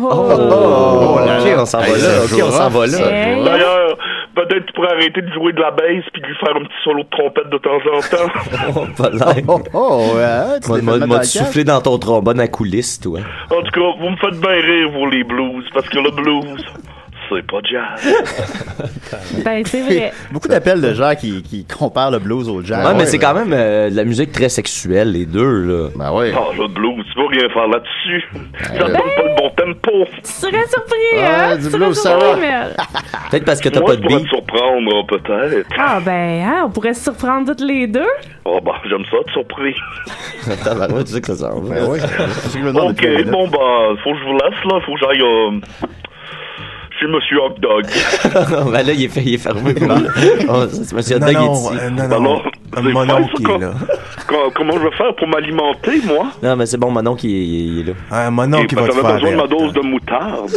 Speaker 9: Oh,
Speaker 5: Ah.
Speaker 9: ok, on s'en va
Speaker 12: Hey,
Speaker 9: là,
Speaker 12: ça
Speaker 9: ok,
Speaker 12: jouera,
Speaker 9: on s'en va
Speaker 12: ça
Speaker 9: là.
Speaker 12: jouera. D'ailleurs, peut-être tu pourrais arrêter de jouer de la bass puis de lui faire un petit solo de trompette de temps en temps.
Speaker 9: [LAUGHS] Oh, pas l'air.
Speaker 5: Oh, oh, ouais, tu t'es fait
Speaker 9: M'a-
Speaker 5: mettre
Speaker 9: m'a
Speaker 5: dans le
Speaker 9: soufflé dans ton trombone à coulisses, toi.
Speaker 12: en tout cas, vous me faites bien rire, vous, les blues, parce que le blues, c'est pas jazz.
Speaker 7: Ben, c'est vrai.
Speaker 5: Beaucoup d'appels de gens qui, qui comparent le blues au jazz.
Speaker 9: Ben Ouais, mais c'est quand même euh, de la musique très sexuelle, les deux, là.
Speaker 6: Ben ouais.
Speaker 12: Ah, le blues, tu vas rien faire là-dessus. Ça
Speaker 9: ouais.
Speaker 12: te donne pas le bon tempo.
Speaker 7: Tu serais surpris,
Speaker 12: Ah,
Speaker 7: hein?
Speaker 12: du
Speaker 7: Tu serais
Speaker 12: blues, ça
Speaker 7: surpris,
Speaker 12: va.
Speaker 7: Mel.
Speaker 9: Peut-être parce que t'as
Speaker 12: Moi,
Speaker 9: pas de
Speaker 12: je pourrais
Speaker 9: beat.
Speaker 12: te surprendre, hein, peut-être.
Speaker 7: Ah, ben, hein, on pourrait se surprendre toutes les deux.
Speaker 12: Oh, bah, j'aime ça, être surpris.
Speaker 9: [LAUGHS] Tabarouette, tu sais que ça s'en va.
Speaker 12: ok, bon, bah, faut que je vous laisse, là. Faut que j'aille. euh, chez Monsieur Hot Dog.
Speaker 9: [LAUGHS] ben là, il est, fait, il est [LAUGHS] fermé. pour lui. oh, c'est Monsieur Hot Dog, il est ici.
Speaker 12: Ben c'est pas ça, com- com- Comment je vais faire pour m'alimenter, moi?
Speaker 9: Non, mais c'est bon, Manon qui est, il est là.
Speaker 11: Ah,
Speaker 12: Et ben, J'avais besoin de ma dose de moutarde.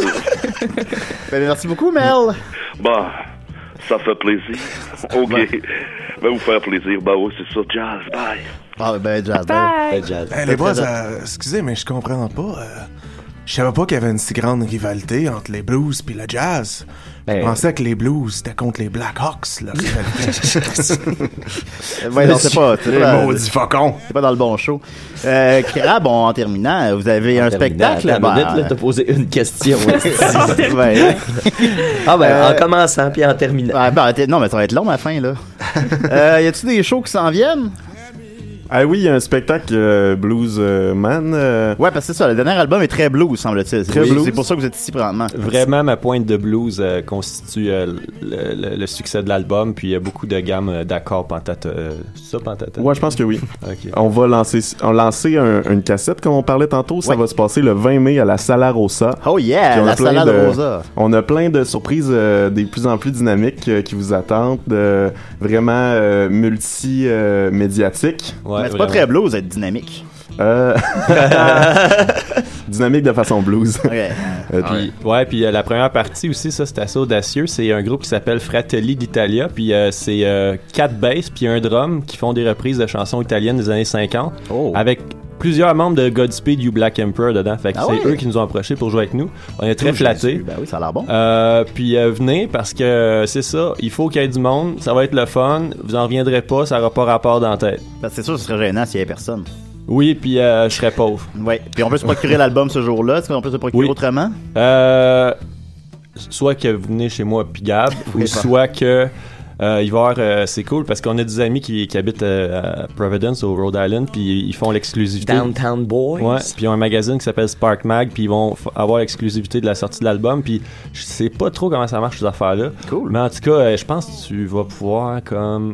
Speaker 5: Ben, merci beaucoup, Mel.
Speaker 12: bah, ça fait plaisir. Ok. Va vous faire plaisir. Bah oui, c'est ça. Jazz, bye.
Speaker 5: Ah, ben, jazz.
Speaker 12: Bye.
Speaker 5: Ben, jazz.
Speaker 11: Hey, les boys,
Speaker 12: [LAUGHS]
Speaker 11: euh, excusez, mais je comprends pas. euh, je savais pas qu'il y avait une si grande rivalité entre les blues puis le jazz. je pensais que les blues, c'était contre les Black Hawks, la rivalité.
Speaker 5: Euh, Ouais, non, c'est pas. c'est
Speaker 11: Les
Speaker 5: pas-
Speaker 11: maudits faucons.
Speaker 5: C'est pas dans le bon show. Euh, Crab, on- en terminant, vous avez un
Speaker 9: Terminé.
Speaker 5: spectacle.
Speaker 9: Attends une
Speaker 5: ben,
Speaker 9: minute, là, t'as posé une
Speaker 5: [LAUGHS]
Speaker 9: question.
Speaker 5: Ouais.
Speaker 9: Ah ben,
Speaker 5: Euh,
Speaker 9: en commençant puis en terminant.
Speaker 5: Ah, ben, t'es- non, mais ça va être long,
Speaker 8: [LAUGHS]
Speaker 5: ma fin, là. euh, y a-tu des shows qui s'en viennent?
Speaker 8: Ah oui, il y a un spectacle euh, Blues euh, Man. euh,
Speaker 5: Ouais, parce que c'est ça, le dernier album est très blues, semble-t-il. C'est-
Speaker 8: Très blues.
Speaker 5: C'est pour ça que vous êtes ici, probablement.
Speaker 10: Vraiment, ma pointe de blues euh, constitue euh, le, le- le succès de l'album, puis il y a beaucoup de gammes euh, d'accords pentate. euh, c'est ça, pentate?
Speaker 8: Ouais, je pense que
Speaker 5: [LAUGHS]
Speaker 8: oui.
Speaker 10: Ok.
Speaker 8: On va lancer, on lancer un- une cassette, comme on parlait tantôt. Ça va se passer le 20 mai à la Sala Rosa.
Speaker 5: Oh yeah,
Speaker 8: Puis on a
Speaker 5: la
Speaker 8: plein
Speaker 5: Sala
Speaker 8: de-
Speaker 5: Rosa.
Speaker 8: On a plein de surprises euh, des plus en plus dynamiques euh, qui vous attendent, euh, vraiment euh, multi-médiatiques.
Speaker 5: Mais c'est pas très blues être dynamique.
Speaker 8: Euh,
Speaker 5: [LAUGHS]
Speaker 8: [LAUGHS] dynamique de façon blues. Euh,
Speaker 5: Ah
Speaker 8: puis-
Speaker 10: Puis- ouais, puis euh, la première partie aussi, ça c'est assez audacieux. C'est un groupe qui s'appelle Fratelli d'Italia, puis euh, c'est euh, quatre basses puis un drum qui font des reprises de chansons italiennes des années 50
Speaker 5: Oh.
Speaker 10: avec plusieurs membres de Godspeed You Black Emperor dedans. Fait que
Speaker 5: Ah
Speaker 10: c'est
Speaker 5: ouais?
Speaker 10: eux qui nous ont approchés pour jouer avec nous. On est très
Speaker 5: Oh,
Speaker 10: flattés.
Speaker 5: Jésus, Ben oui, ça a l'air bon.
Speaker 10: Euh, puis euh, venez parce que euh, c'est ça, il faut qu'il y ait du monde, ça va être le fun, vous en reviendrez pas, ça aura pas rapport dans la tête.
Speaker 5: Ben, c'est sûr, ce serait gênant s'il y avait personne.
Speaker 10: Oui, puis euh, je serais pauvre.
Speaker 5: Ouais. Puis on peut se procurer l'album ce jour-là. Est-ce qu'on peut se procurer autrement?
Speaker 10: Euh, soit que vous venez chez moi puis Gab, ou soit que euh, il va y avoir, euh, c'est cool parce qu'on a des amis qui, qui habitent euh, à Providence au Rhode Island puis ils font l'exclusivité.
Speaker 9: Downtown Boys.
Speaker 10: Ouais, puis ils ont un magazine qui s'appelle Spark Mag puis ils vont f- avoir l'exclusivité de la sortie de l'album puis je sais pas trop comment ça marche ces affaires là. Cool. Mais en tout cas, euh, je pense que tu vas pouvoir comme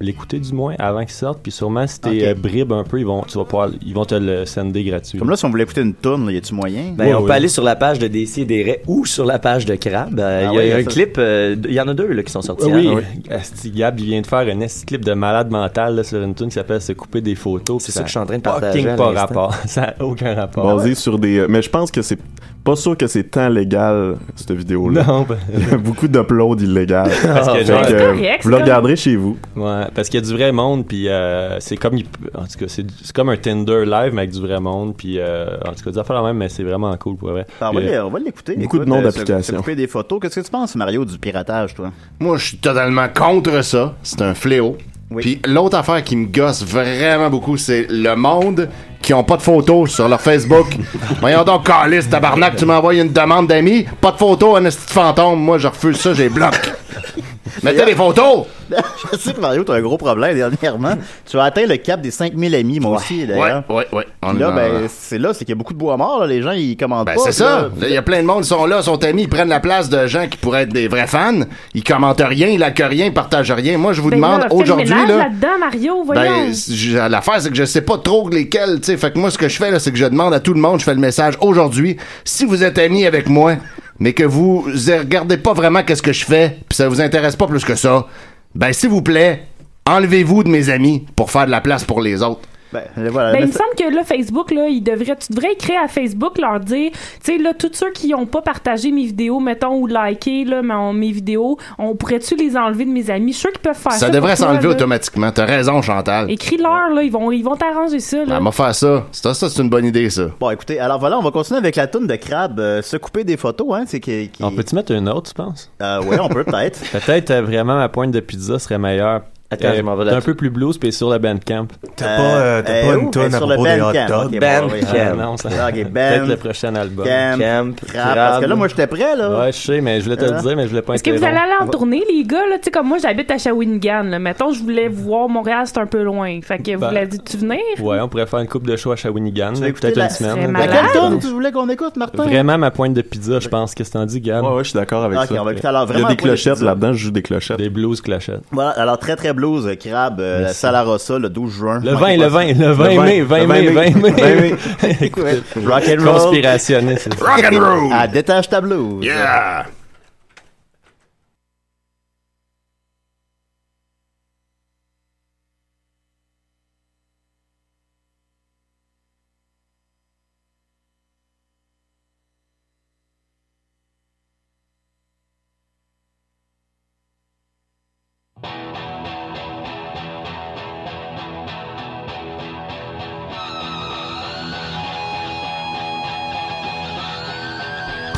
Speaker 10: l'écouter du moins avant qu'il sorte puis sûrement si t'es
Speaker 5: Ok.
Speaker 10: euh, bribe un peu, ils vont tu vas pouvoir ils vont te le sender gratuit.
Speaker 5: Comme là, si on voulait écouter une tourne, là, y a-tu moyen?
Speaker 9: Ben, on peut aller sur la page de DC et des Raies ou sur la page de Crab. Euh,
Speaker 10: Ah
Speaker 9: Il
Speaker 10: ouais,
Speaker 9: y a un
Speaker 10: ça.
Speaker 9: clip, euh, il y en a deux là, qui sont sortis.
Speaker 10: Ah oui,
Speaker 9: hein.
Speaker 10: Asti Gab, il vient de faire un esti clip de malade mental là, sur une tune qui s'appelle Se couper des photos.
Speaker 9: C'est ça que je suis en train de partager
Speaker 10: fucking
Speaker 9: à
Speaker 10: [LAUGHS] pas
Speaker 9: l'instant.
Speaker 10: rapport. Ça n'a aucun rapport.
Speaker 8: basé sur des. euh, Mais je pense que c'est pas sûr que c'est tant légal, cette vidéo-là.
Speaker 10: Non, ben-
Speaker 8: Il
Speaker 7: [LAUGHS]
Speaker 8: y a beaucoup d'uploads
Speaker 7: Ah,
Speaker 8: illégaux.
Speaker 10: Parce que,
Speaker 7: ben,
Speaker 8: Fait
Speaker 10: genre,
Speaker 8: que, vous le regarderez chez vous.
Speaker 10: Ouais, parce qu'il y a du vrai monde, puis euh, c'est comme. il- En tout cas, c'est du- c'est comme un Tinder live, mais avec du vrai monde, puis euh, en tout cas, des affaires la même, mais c'est vraiment cool pour vrai.
Speaker 5: Ah, on va
Speaker 10: Puis,
Speaker 5: l'é-
Speaker 10: euh,
Speaker 5: on va l'écouter.
Speaker 10: Beaucoup de
Speaker 5: Écoute,
Speaker 10: noms
Speaker 5: euh, se-
Speaker 10: d'applications.
Speaker 5: se couper des photos. Qu'est-ce que tu penses, Mario, du piratage, toi?
Speaker 6: Moi, je suis totalement contre ça. C'est un fléau. Puis l'autre affaire qui me gosse vraiment beaucoup, c'est le monde qui ont pas de photos sur leur
Speaker 7: [LAUGHS]
Speaker 6: Facebook. Voyons donc, calice, tabarnak, tu m'envoies une demande d'amis, pas de photos, un esti de fantôme. Moi, je refuse ça, j'ai bloque. [LAUGHS] Mettez des photos!
Speaker 5: [LAUGHS] je sais que Mario, t'as un gros problème dernièrement. Tu as atteint le cap des 5000 amis, moi aussi, d'ailleurs.
Speaker 6: Ouais, ouais, ouais. On
Speaker 5: Puis là,
Speaker 6: en-
Speaker 5: ben, c'est là, c'est qu'il y a beaucoup de bois morts, là. Les gens, ils commandent
Speaker 6: Ben,
Speaker 5: pas.
Speaker 6: c'est
Speaker 5: puis
Speaker 6: ça.
Speaker 5: là-
Speaker 6: Là, Il y a plein de monde qui sont là, sont amis, ils prennent la place de gens qui pourraient être des vrais fans. Ils commentent rien, ils likent rien, ils partagent rien. Moi, je vous
Speaker 7: Ben
Speaker 6: demande
Speaker 7: là, fais le
Speaker 6: aujourd'hui,
Speaker 7: ménage
Speaker 6: là.
Speaker 7: là-dedans, Mario, voyons.
Speaker 6: Ben, c- j- l'affaire, c'est que je sais pas trop lesquels, tu sais. Fait que moi, ce que je fais, là, c'est que je demande à tout le monde, je fais le message aujourd'hui, si vous êtes amis avec moi, mais que vous regardez pas vraiment qu'est-ce que je fais, puis ça vous intéresse pas plus que ça, ben, s'il vous plaît, enlevez-vous de mes amis pour faire de la place pour les autres.
Speaker 5: Ben, voilà.
Speaker 6: Euh,
Speaker 7: Ben, il me semble que là, Facebook, là, il devrait, tu devrais écrire à Facebook, leur dire, tu sais, là, tous ceux qui n'ont pas partagé mes vidéos, mettons, ou liké, là, mon- mes vidéos, on pourrait-tu les enlever de mes amis? Je suis sûr qu'ils peuvent faire ça.
Speaker 6: ça
Speaker 7: pour
Speaker 6: devrait
Speaker 7: toi,
Speaker 6: s'enlever
Speaker 7: là.
Speaker 6: automatiquement. T'as raison, Chantal.
Speaker 7: Écris-leur, là, ils vont, ils vont t'arranger ça, là.
Speaker 6: Elle m'a fait Ah, ça. Ça, ça, c'est une bonne idée, ça.
Speaker 5: Bon, écoutez, alors voilà, on va continuer avec la toune de Crabe, euh, se couper des photos, hein, c'est qui... qui-
Speaker 10: On peut-tu mettre une autre, tu penses?
Speaker 5: Euh, ouais, on peut peut-être.
Speaker 10: [LAUGHS] Peut-être euh, vraiment ma pointe de pizza serait meilleure.
Speaker 5: Attends, je m'en vais
Speaker 10: t'es
Speaker 5: là-dessus.
Speaker 10: un peu plus blues, puis sur le Bandcamp.
Speaker 5: T'as pas, euh, t'as Euh, pas une oh, toune ben, à sur le propos des hot Bandcamp. dogs? Ok, bon, oui.
Speaker 10: Ah, non, ça-
Speaker 5: Ok,
Speaker 10: Peut-être
Speaker 5: Bandcamp,
Speaker 10: le prochain album.
Speaker 5: Camp, Camp, Crab, parce que là, moi, j'étais prêt, là.
Speaker 10: Ouais, je sais, mais je voulais te le
Speaker 5: Ah.
Speaker 10: dire, mais je voulais pas
Speaker 7: Est-ce que vous allez aller en tournée, les gars? Là, Tu sais, comme moi, j'habite à Shawinigan. Là. Mettons, je voulais voir Montréal, c'est un peu loin. Fait que vous
Speaker 10: Ben.
Speaker 7: l'avez dit, tu venir?
Speaker 10: Ouais, on pourrait faire une coupe de show à Shawinigan, là, peut-être une semaine.
Speaker 5: Laquelle toune tu voulais qu'on écoute, Martin?
Speaker 10: Vraiment ma pointe de pizza, je pense que c'est en dit, Gab. Ouais,
Speaker 8: ouais, je suis d'accord
Speaker 5: avec Ok, ça. on va écouter alors
Speaker 10: Il y
Speaker 5: vraiment
Speaker 10: a
Speaker 5: la
Speaker 10: des
Speaker 5: pointe de
Speaker 10: clochettes
Speaker 5: pizza.
Speaker 10: là-dedans,
Speaker 8: je joue des clochettes.
Speaker 10: Des blues clochettes.
Speaker 5: Voilà, alors très très blues, euh, Crabe, euh, la
Speaker 10: Merci.
Speaker 5: Salarossa, le 12 juin. Manquez
Speaker 10: Le 20,
Speaker 5: pas
Speaker 10: le
Speaker 5: ça.
Speaker 10: 20, le 20 mai, 20 mai, 20 mai.
Speaker 5: [LAUGHS] Écoutez, Rock and roll.
Speaker 10: Conspirationniste.
Speaker 5: [LAUGHS] Ah, détache ta blouse.
Speaker 6: Yeah!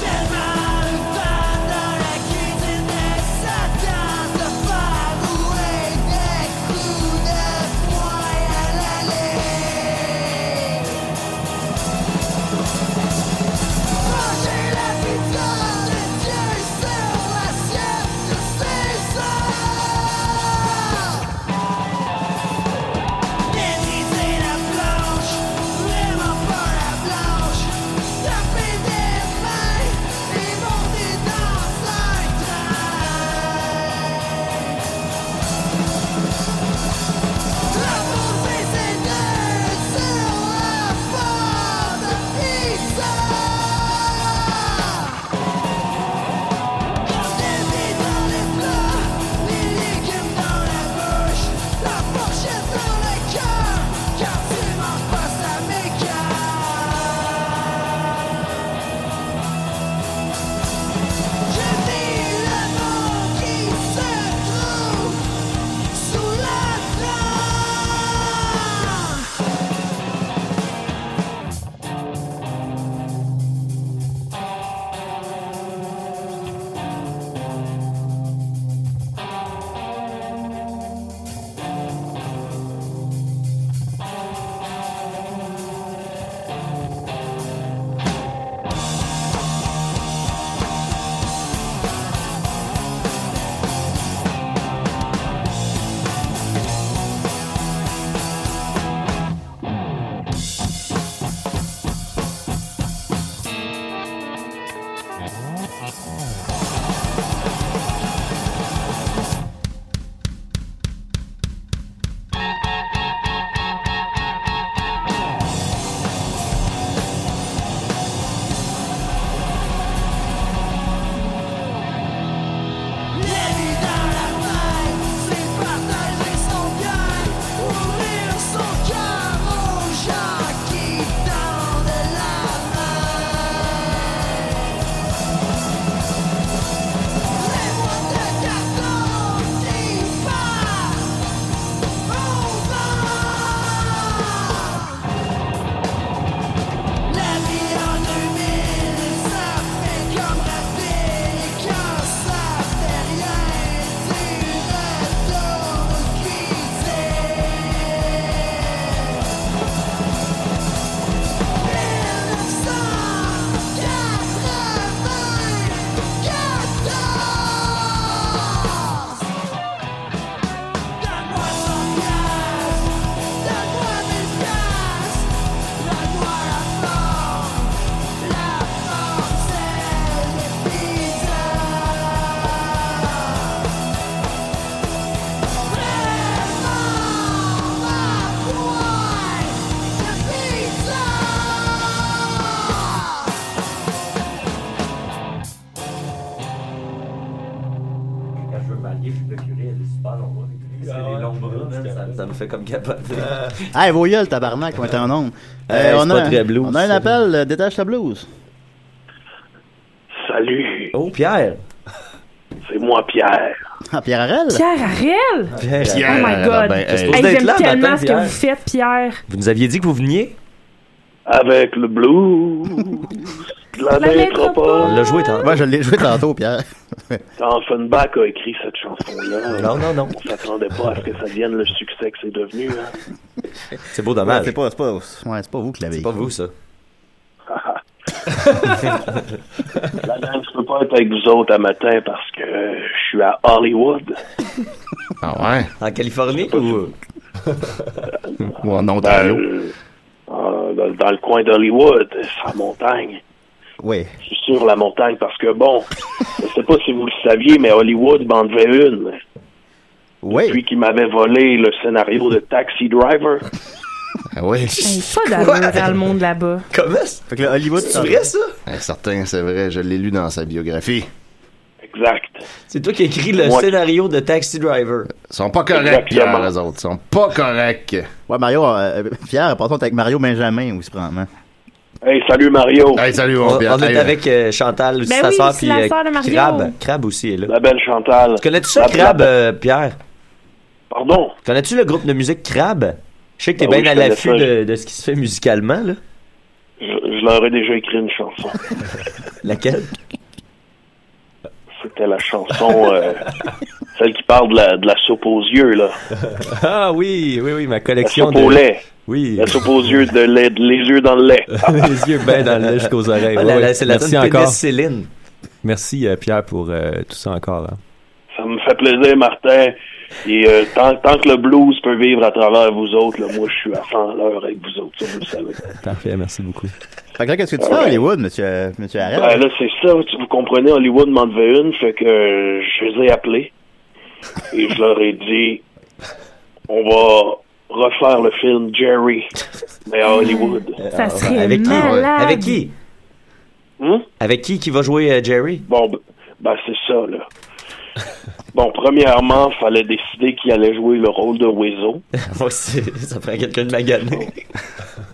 Speaker 13: Dead man who died
Speaker 9: elle est super longue. C'est les longs bras,
Speaker 10: Ah,
Speaker 9: man, ça, ça me fait comme capoter.
Speaker 5: Hey, vos gueules, tabarnak, on est en nombre.
Speaker 9: Hey,
Speaker 5: on,
Speaker 9: c'est
Speaker 5: a,
Speaker 9: pas très blues,
Speaker 5: on a un
Speaker 9: ça.
Speaker 5: appel, euh, détache ta blouse.
Speaker 14: Salut.
Speaker 9: Oh, Pierre.
Speaker 14: C'est moi, Pierre.
Speaker 5: Ah, Pierre Arel?
Speaker 7: Pierre Ariel!
Speaker 9: Pierre
Speaker 7: oh
Speaker 9: Ariel.
Speaker 7: my god!
Speaker 9: Ben, hey.
Speaker 7: Hey,
Speaker 9: Vous êtes
Speaker 7: J'aime
Speaker 9: là,
Speaker 7: tellement
Speaker 9: matin,
Speaker 7: ce que vous
Speaker 9: Pierre.
Speaker 7: faites, Pierre!
Speaker 9: Vous nous aviez dit que vous veniez?
Speaker 14: Avec le blues. de la
Speaker 7: La
Speaker 14: métropole.
Speaker 9: On l'a joué tantôt.
Speaker 5: Moi, je l'ai joué tantôt, Pierre.
Speaker 14: Quand Offenbach a écrit cette chanson-là,
Speaker 9: Non, non, non.
Speaker 14: on s'attendait pas à ce que ça devienne le succès que c'est
Speaker 9: [LAUGHS]
Speaker 14: devenu. hein.
Speaker 9: C'est beau dommage.
Speaker 5: Ouais, c'est pas, c'est pas, ouais, c'est pas vous qui l'avez. C'est
Speaker 9: pas vous, ça.
Speaker 14: La gang, je peux pas être avec vous autres à matin parce que euh, je suis à Hollywood.
Speaker 6: Ah ouais?
Speaker 9: En Californie ou...
Speaker 6: Ou en Ontario?
Speaker 14: Ben, Euh, dans, dans le coin d'Hollywood, sur la montagne.
Speaker 5: Oui.
Speaker 14: Je suis sur la montagne parce que, bon, je sais pas si vous le saviez, mais Hollywood m'en devait une.
Speaker 5: Oui.
Speaker 14: Depuis qu'il m'avait volé le scénario de Taxi Driver.
Speaker 6: Ah oui.
Speaker 7: Hey, pas d'amour dans le monde là-bas.
Speaker 9: Comment ça?
Speaker 5: Fait que le Hollywood,
Speaker 9: C'est vrai, ça?
Speaker 6: Eh, certain, c'est vrai, je l'ai lu dans sa biographie.
Speaker 14: Exact.
Speaker 9: C'est toi qui as écrit le
Speaker 6: Moi-
Speaker 9: scénario de Taxi Driver.
Speaker 6: Ils sont pas corrects, Pierre, les autres. Ils sont pas corrects.
Speaker 5: Ouais, Mario, euh, Pierre, partons avec Mario Benjamin aussi, probablement.
Speaker 14: Hey, salut Mario.
Speaker 6: Hey, salut,
Speaker 9: On, on est avec euh, Chantal, aussi,
Speaker 14: Ben
Speaker 9: sa
Speaker 14: oui,
Speaker 9: sœur,
Speaker 14: c'est
Speaker 9: puis
Speaker 14: la
Speaker 9: euh,
Speaker 14: sœur de Mario.
Speaker 9: Crab.
Speaker 7: Oh.
Speaker 9: Crab aussi est là.
Speaker 14: La belle Chantal.
Speaker 9: Connais-tu ça, Crab, euh, Pierre?
Speaker 14: Pardon?
Speaker 9: Connais-tu le groupe de musique Crab? Je sais que t'es
Speaker 14: Ah
Speaker 9: bien
Speaker 14: oui,
Speaker 9: à
Speaker 14: je connais
Speaker 9: l'affût
Speaker 14: ça,
Speaker 9: de, de ce qui se fait musicalement, là. [LAUGHS]
Speaker 14: Je, je leur ai déjà écrit une chanson.
Speaker 9: Laquelle? [LAUGHS]
Speaker 14: C'était la chanson, euh, celle qui parle de la, de la soupe aux yeux, là.
Speaker 10: Ah oui, oui, oui, ma
Speaker 14: La
Speaker 10: collection
Speaker 14: soupe
Speaker 10: de...
Speaker 14: au lait.
Speaker 10: Oui. [LAUGHS]
Speaker 14: La soupe aux yeux, de lait, de- les yeux dans le lait.
Speaker 10: les yeux bien dans le lait jusqu'aux oreilles.
Speaker 9: Ah,
Speaker 10: Ouais,
Speaker 9: la-
Speaker 10: ouais.
Speaker 9: la- c'est la
Speaker 10: Merci
Speaker 9: tune de
Speaker 10: encore.
Speaker 9: Céline.
Speaker 10: Merci euh, Pierre pour euh, tout ça encore. hein.
Speaker 14: Ça me fait plaisir, Martin. Et euh, tant, tant que le blues peut vivre à travers vous autres, là, moi, je suis à 100 l'heure avec vous autres, ça, vous le savez.
Speaker 10: Parfait, merci beaucoup.
Speaker 5: Fait que là, qu'est-ce que tu fais à Hollywood, monsieur, euh, monsieur Arel?
Speaker 14: Ben, là, c'est ça, tu- vous comprenez, Hollywood m'en devait une, fait que euh, je les ai appelés. Et je leur ai dit, on va refaire le film Jerry, mais à Hollywood.
Speaker 9: Ah, avec qui? Avec qui?
Speaker 14: Hein?
Speaker 9: Avec qui qui va jouer euh, Jerry?
Speaker 14: Bon, ben, ben, c'est ça, là. Bon, premièrement, fallait décider qui allait jouer le rôle de Wezo.
Speaker 9: Moi, c'est- ça prend quelqu'un de
Speaker 14: [LAUGHS]
Speaker 9: magané.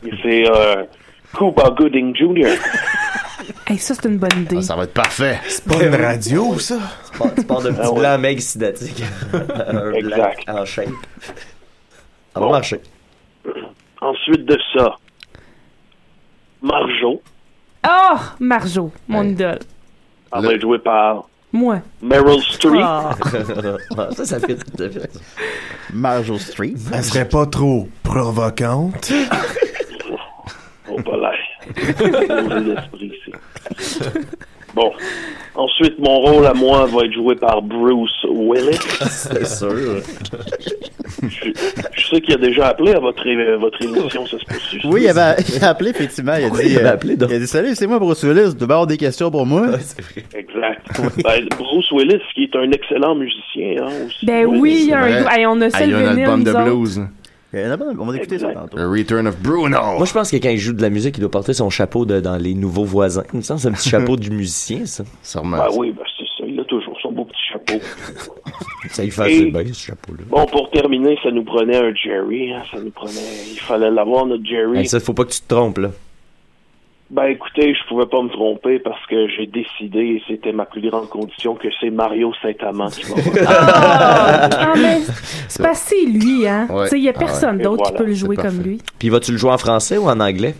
Speaker 14: Et c'est euh, Cuba Gooding Jr.
Speaker 7: Hey, ça, c'est une bonne idée.
Speaker 6: Ah, Ça va être parfait.
Speaker 14: C'est
Speaker 9: pas une radio,
Speaker 14: ça?
Speaker 9: Tu pars de petit
Speaker 14: Ah ouais.
Speaker 9: blanc mec
Speaker 14: [LAUGHS]
Speaker 9: sidatique. Un blanc
Speaker 14: Exact.
Speaker 9: en shape. Ça va marcher.
Speaker 14: Ensuite de ça, Marjo,
Speaker 7: Oh, Marjo, mon idole.
Speaker 14: elle va être jouée par
Speaker 7: Moi.
Speaker 14: Meryl Streep.
Speaker 7: Ah.
Speaker 9: [LAUGHS] ça, ça fait. Ça fait.
Speaker 5: Marjo Street.
Speaker 11: Elle serait pas trop provocante.
Speaker 14: Oh, pas l'air. l'esprit, ici. Bon. Ensuite, mon rôle à moi va être joué par Bruce Willis.
Speaker 9: C'est sûr.
Speaker 14: Je, je sais qu'il a déjà appelé à votre, é- votre émission, ça se peut
Speaker 5: Oui, il avait, il a appelé, effectivement. Il a dit,
Speaker 14: il avait
Speaker 5: euh, il a dit Salut, c'est moi, Bruce Willis. Tu avoir des questions pour moi
Speaker 14: Exact. Ben, Bruce Willis, qui est un excellent musicien, hein, aussi.
Speaker 7: Ben oui, il y a un. Hey, on a ça
Speaker 6: il y
Speaker 7: le
Speaker 6: a un
Speaker 7: vinyle,
Speaker 6: album de
Speaker 7: nous autres.
Speaker 6: blues.
Speaker 5: On va écouter ça tantôt.
Speaker 6: The Return of Bruno.
Speaker 9: Moi, je pense que quand il joue de la musique, il doit porter son chapeau de, dans les nouveaux voisins. Il me semble que c'est un
Speaker 6: [LAUGHS]
Speaker 9: petit chapeau du musicien, ça.
Speaker 6: Sûrement.
Speaker 14: Ben oui, ben c'est ça. Il a toujours son beau petit chapeau.
Speaker 9: Ça lui fait
Speaker 14: Et-
Speaker 9: assez bien, ce chapeau-là.
Speaker 14: Bon, pour terminer, ça nous prenait un Jerry. hein, ça nous prenait... Il fallait l'avoir, notre Jerry.
Speaker 9: Hey, Ben, ça, faut pas que tu te trompes, là.
Speaker 14: Ben écoutez, je pouvais pas me tromper parce que j'ai décidé, et c'était ma plus grande condition, que c'est Mario Saint-Amand qui va
Speaker 9: [LAUGHS]
Speaker 7: Ah, mais c'est parce que c'est lui, hein.
Speaker 9: Ouais.
Speaker 7: Tu sais, il y a
Speaker 9: Ah ouais.
Speaker 7: personne
Speaker 9: Et
Speaker 7: d'autre qui
Speaker 9: voilà,
Speaker 7: peut le
Speaker 9: c'est
Speaker 7: jouer
Speaker 9: parfait.
Speaker 7: comme lui.
Speaker 9: Puis vas-tu le jouer en français ou en anglais?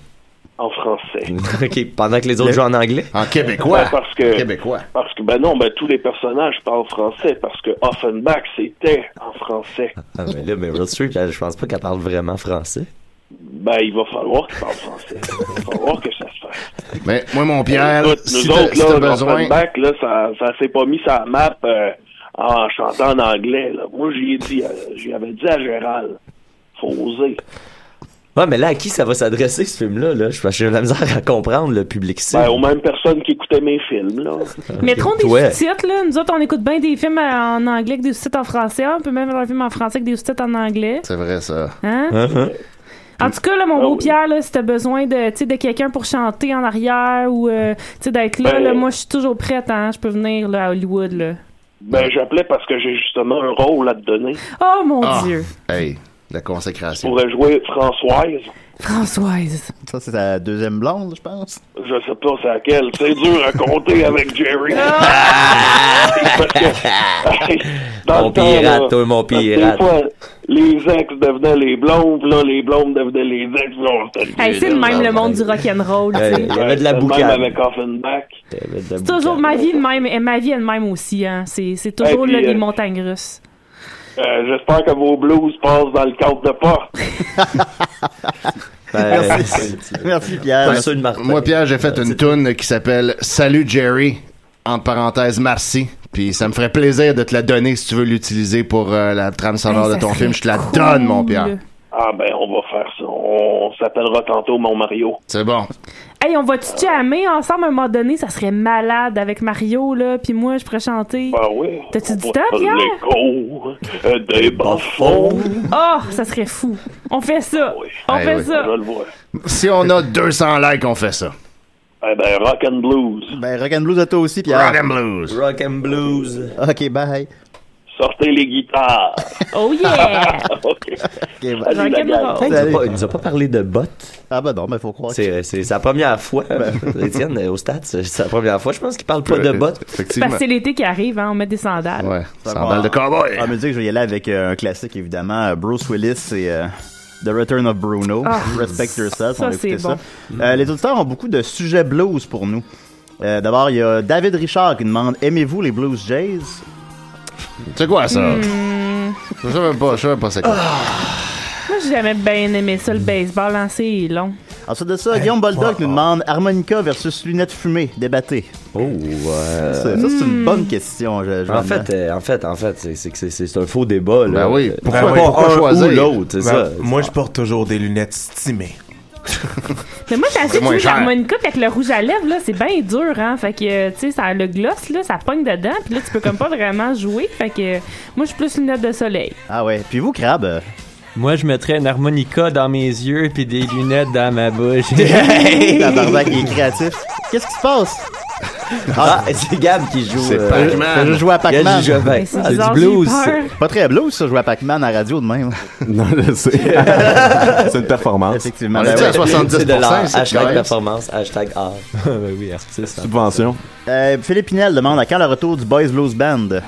Speaker 14: en français.
Speaker 9: [LAUGHS] OK, pendant que les autres jouent en anglais?
Speaker 6: En
Speaker 14: Ben, parce que, Parce que, ben non, ben tous les personnages parlent français parce que Offenbach, c'était en français.
Speaker 9: Ah, mais là, Meryl Streep, elle, je pense pas qu'elle parle vraiment français.
Speaker 14: Ben, il va falloir qu'il parle français. Il va falloir que ça se fasse.
Speaker 6: Mais moi, mon Pierre,
Speaker 14: Écoute, nous
Speaker 6: si t'as
Speaker 14: autres,
Speaker 6: si t'as
Speaker 14: là,
Speaker 6: besoin...
Speaker 14: Offenbach, là, ça, ça s'est pas mis sa map euh, en chantant en anglais, là. Moi, j'y ai dit, euh, j'y avais dit à Gérald, faut oser.
Speaker 9: Ouais, mais là, à qui ça va s'adresser, ce film-là? Là? Je- J'ai de la misère à comprendre le public cible.
Speaker 14: Ben, aux mêmes personnes qui écoutaient mes films, là.
Speaker 7: Mettrons des
Speaker 9: Ouais.
Speaker 7: sous-titres, là. Nous autres, on écoute bien des films euh, en anglais avec des sous-titres en français. On peut même avoir un film en français avec des sous-titres en anglais.
Speaker 6: C'est vrai, ça.
Speaker 7: Hein?
Speaker 9: Uh-huh.
Speaker 7: En tout cas, là,
Speaker 9: Ah
Speaker 7: mon beau Pierre, là, si t'as besoin de, tu sais, de quelqu'un pour chanter en arrière ou euh, tu sais, d'être là,
Speaker 14: Ben,
Speaker 7: là, moi, je suis toujours prête. Hein? Je peux venir là, à Hollywood. Là.
Speaker 14: Ben, j'appelais parce que j'ai justement un rôle à te donner.
Speaker 7: Oh mon
Speaker 6: Ah,
Speaker 7: Dieu.
Speaker 6: Hey, la consécration.
Speaker 14: Je pourrais jouer Françoise.
Speaker 7: Françoise.
Speaker 5: Ça, c'est la deuxième blonde, je pense.
Speaker 14: Je sais pas c'est laquelle. C'est dur à compter avec Jerry.
Speaker 7: Ah.
Speaker 14: [LAUGHS] Parce que,
Speaker 6: [LAUGHS]
Speaker 14: dans
Speaker 9: Mon
Speaker 14: le temps,
Speaker 9: pirate,
Speaker 14: là,
Speaker 9: toi, mon
Speaker 14: parce que des
Speaker 9: pirate.
Speaker 14: fois, les ex devenaient les blondes, puis là, les blondes devenaient les ex. Là, on s'était
Speaker 7: Hey,
Speaker 14: dit,
Speaker 7: c'est le
Speaker 14: là,
Speaker 7: même
Speaker 14: là,
Speaker 7: le monde du rock'n'roll. tu sais.
Speaker 9: Il y avait de la
Speaker 14: Même
Speaker 9: boucane.
Speaker 14: avec Offenbach.
Speaker 7: C'est toujours ma vie de même, et ma vie est de même aussi. Hein. C'est c'est toujours
Speaker 14: Hey,
Speaker 7: là,
Speaker 14: puis,
Speaker 7: les
Speaker 14: euh,
Speaker 7: montagnes russes.
Speaker 14: Euh, J'espère que vos blues passent dans le cadre
Speaker 9: [LAUGHS]
Speaker 14: de porte.
Speaker 5: Merci. Merci, Pierre.
Speaker 6: Moi, Euh, Moi, Pierre, j'ai
Speaker 9: Euh,
Speaker 6: fait une toune qui s'appelle Salut Jerry, entre parenthèses, merci. Puis ça me ferait plaisir de te la donner si tu veux l'utiliser pour euh, la trame sonore
Speaker 14: Ben,
Speaker 6: de
Speaker 14: ça
Speaker 6: ton
Speaker 14: serait
Speaker 6: film. Je te la
Speaker 14: cool.
Speaker 6: donne, mon Pierre.
Speaker 14: Ah ben, on va faire ça. On s'appellera tantôt mon Mario.
Speaker 6: C'est bon.
Speaker 7: Hey, on
Speaker 14: Ah.
Speaker 7: va-tu jammer ensemble à un moment donné? Ça serait malade avec Mario, là, puis moi, je pourrais chanter.
Speaker 14: Ah oui.
Speaker 7: T'as-tu du
Speaker 14: On
Speaker 7: temps,
Speaker 14: va
Speaker 7: Pierre?
Speaker 14: L'écho euh, des bas-fonds.
Speaker 7: Oh, ça serait fou. On fait ça.
Speaker 14: Ah
Speaker 7: On
Speaker 6: Eh
Speaker 7: fait
Speaker 6: oui.
Speaker 7: ça.
Speaker 14: Je le vois.
Speaker 6: Si on
Speaker 9: [LAUGHS]
Speaker 6: a 200 likes, on fait ça.
Speaker 14: Eh ben, rock and blues.
Speaker 5: Ben, rock and blues à toi aussi, Pierre.
Speaker 6: Rock and blues.
Speaker 9: Rock and blues.
Speaker 5: OK, bye.
Speaker 14: Sortez les guitares.
Speaker 7: Oh yeah!
Speaker 14: [LAUGHS] OK. bah,
Speaker 5: bye.
Speaker 14: Salut, la gang.
Speaker 9: Hey, il nous a pas- il nous a pas parlé de bottes.
Speaker 5: Ah ben non, mais faut croire.
Speaker 9: C'est c'est sa première fois, [LAUGHS] Étienne, euh, au stade. C'est sa première fois. Je pense qu'il parle pas de bottes.
Speaker 7: C'est parce que c'est l'été qui arrive, hein, on met des sandales.
Speaker 5: Ouais,
Speaker 9: sandales de cowboy.
Speaker 5: En musique, je vais y aller avec euh, un classique, évidemment. euh, Bruce Willis et euh, The Return of Bruno.
Speaker 7: Ah,
Speaker 5: Respect Yourself,
Speaker 7: ça,
Speaker 5: on va écouter
Speaker 7: c'est
Speaker 5: ça.
Speaker 7: bon.
Speaker 5: Euh, les auditeurs ont beaucoup de sujets blues pour nous. Euh, D'abord, il y a David Richard qui demande « Aimez-vous les Blues Jays? »
Speaker 6: C'est quoi, ça? Je savais pas, je savais pas c'est quoi.
Speaker 7: Hmm.
Speaker 5: Ah.
Speaker 14: Ah.
Speaker 7: Moi, j'ai jamais bien aimé ça, le baseball, hein, c'est long.
Speaker 5: Ensuite de ça, Guillaume Boldock nous demande harmonica versus lunettes fumées, débattez.
Speaker 9: Oh, ouais.
Speaker 5: Ça, c'est une bonne question. Je, je
Speaker 9: En
Speaker 5: l'admets.
Speaker 9: fait, euh, en fait, en fait, c'est- c'est que c'est- c'est un faux débat. Là. Euh,
Speaker 11: Ben oui,
Speaker 9: un ou l'autre, c'est
Speaker 11: Ben,
Speaker 9: ça.
Speaker 11: Moi, je porte toujours des lunettes stimées.
Speaker 7: Mais moi,
Speaker 11: C'est
Speaker 7: t'as
Speaker 11: moins
Speaker 7: jouer
Speaker 11: cher.
Speaker 7: l'harmonica avec le rouge à lèvres, là, c'est bien dur, hein. Fait que, euh, tu sais, ça, le gloss, là, ça pogne dedans, puis là, tu peux comme pas vraiment jouer. Fait que, euh, moi, je suis plus lunettes de soleil.
Speaker 5: Ah ouais. Puis vous, Crabe?
Speaker 10: Moi, je mettrais une harmonica dans mes yeux puis des lunettes dans ma
Speaker 5: [LAUGHS]
Speaker 10: bouche.
Speaker 5: La barbaque est créatif. Qu'est-ce qui se passe?
Speaker 9: Ah, [LAUGHS] c'est Gab qui joue.
Speaker 5: C'est
Speaker 9: euh,
Speaker 5: Pac-Man. Je joue à
Speaker 9: Gab,
Speaker 5: Pac-Man.
Speaker 9: il joue à Pac- C'est du blues.
Speaker 5: Pas très blues, ça, jouer à Pac-Man à radio de même.
Speaker 8: Non, je sais. c'est une performance.
Speaker 5: [LAUGHS] Effectivement. Ben ouais.
Speaker 9: [LAUGHS] C'est de l'art.
Speaker 5: c'est
Speaker 9: Hashtag
Speaker 5: correct.
Speaker 9: performance, hashtag art.
Speaker 10: oui, artiste.
Speaker 8: Subvention.
Speaker 5: Euh, Philippe Pinel demande à quand le retour du Boys Blues Band?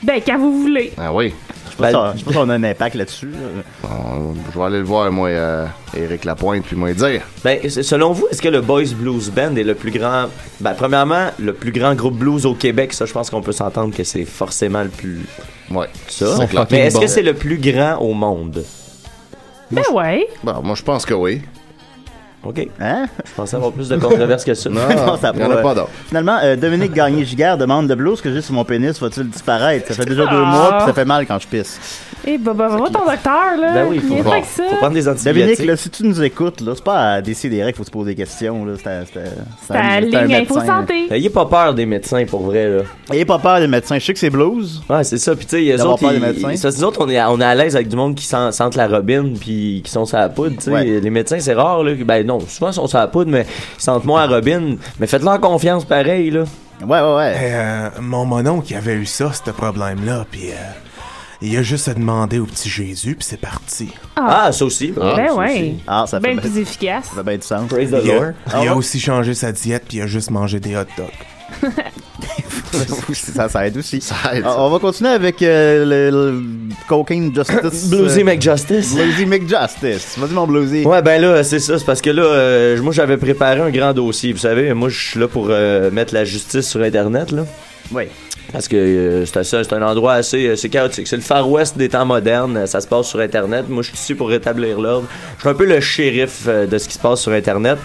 Speaker 7: Ben, quand vous voulez.
Speaker 6: Ah oui.
Speaker 5: Je
Speaker 9: Ben,
Speaker 5: sais pas si- je sais pas si on a un impact
Speaker 9: [LAUGHS]
Speaker 5: là-dessus.
Speaker 6: Bon, Euh, je vais aller le voir, moi, euh, Éric Lapointe, puis moi, lui dire.
Speaker 9: Ben, s- selon vous, est-ce que le Boys Blues Band est le plus grand. Ben, premièrement, le plus grand groupe blues au Québec, ça, je pense qu'on peut s'entendre que c'est forcément le plus.
Speaker 6: Ouais.
Speaker 9: Ça.
Speaker 6: C'est clair.
Speaker 9: Mais est-ce
Speaker 6: Bon.
Speaker 9: que c'est le plus grand au monde?
Speaker 7: Ben, ouais.
Speaker 6: Bon, moi, je pense que oui.
Speaker 9: OK.
Speaker 5: Hein?
Speaker 9: Je pensais avoir plus de controverses que ça. [LAUGHS]
Speaker 5: Non, ça
Speaker 6: y en a
Speaker 5: pourrait.
Speaker 6: pas d'autres.
Speaker 5: Finalement, euh, Dominique Gagné-Giguerre demande le blues que j'ai sur mon pénis, va-t-il disparaître? Ça fait déjà deux
Speaker 7: Ah.
Speaker 5: mois, puis ça fait mal quand je pisse.
Speaker 7: Eh, ben, ben, va voir ton docteur, là.
Speaker 9: Ben
Speaker 5: Ben
Speaker 7: Il est pas que ça.
Speaker 5: Dominique, là, si tu nous écoutes, là, c'est pas à décider direct, faut se poser des questions. là. C'est à- c'est à- c'est
Speaker 7: à
Speaker 5: un-
Speaker 7: ligne
Speaker 5: c'est un
Speaker 7: info
Speaker 5: médecin, là.
Speaker 7: santé.
Speaker 9: Ayez pas peur des médecins, pour vrai, là.
Speaker 5: Ayez pas peur des médecins. Je sais que c'est blues.
Speaker 9: Ouais, c'est ça. Puis, tu sais, eux
Speaker 5: D'avoir
Speaker 9: autres,
Speaker 5: peur des
Speaker 9: ils-
Speaker 5: médecins.
Speaker 9: ils- parce que nous autres, on est, à- on est à l'aise avec du monde qui sent, sentent la robine, puis qui sont sur la poudre, tu sais. Les médecins, c'est rare, là. Ben, non, souvent, ils sont sur la poudre, mais ils sentent moins la robine. Mais faites-leur confiance, pareil, là.
Speaker 5: Ouais, ouais, ouais.
Speaker 11: Euh, mon monon qui avait eu ça, ce problème-là, puis euh, il a juste à demander au petit Jésus, puis c'est parti.
Speaker 7: Ah.
Speaker 9: ça aussi.
Speaker 7: Ah, Ben ça ouais. aussi.
Speaker 5: Ah, ça fait
Speaker 7: Bien
Speaker 5: bien-
Speaker 7: plus efficace.
Speaker 5: Ça fait bien du sens.
Speaker 9: Praise
Speaker 11: Il a, il a aussi changé sa diète, puis il a juste mangé des hot dogs.
Speaker 5: [LAUGHS] ça, ça aide aussi. Ah, On on va continuer avec euh, le, le Cocaine Justice.
Speaker 9: [LAUGHS]
Speaker 5: euh,
Speaker 9: Bluesy McJustice.
Speaker 5: Bluesy McJustice. Vas-y, mon Bluesy.
Speaker 9: Ouais, ben là, c'est ça. C'est parce que là, euh, moi, j'avais préparé un grand dossier. Vous savez, moi, je suis là pour euh, mettre la justice sur Internet, là.
Speaker 5: Oui.
Speaker 9: Parce que euh, c'est assez- c'est un endroit assez euh, c'est chaotique. C'est le Far West des temps modernes. Euh, Ça se passe sur Internet. Moi, je suis ici pour rétablir l'ordre. Je suis un peu le shérif euh, de ce qui se passe sur Internet.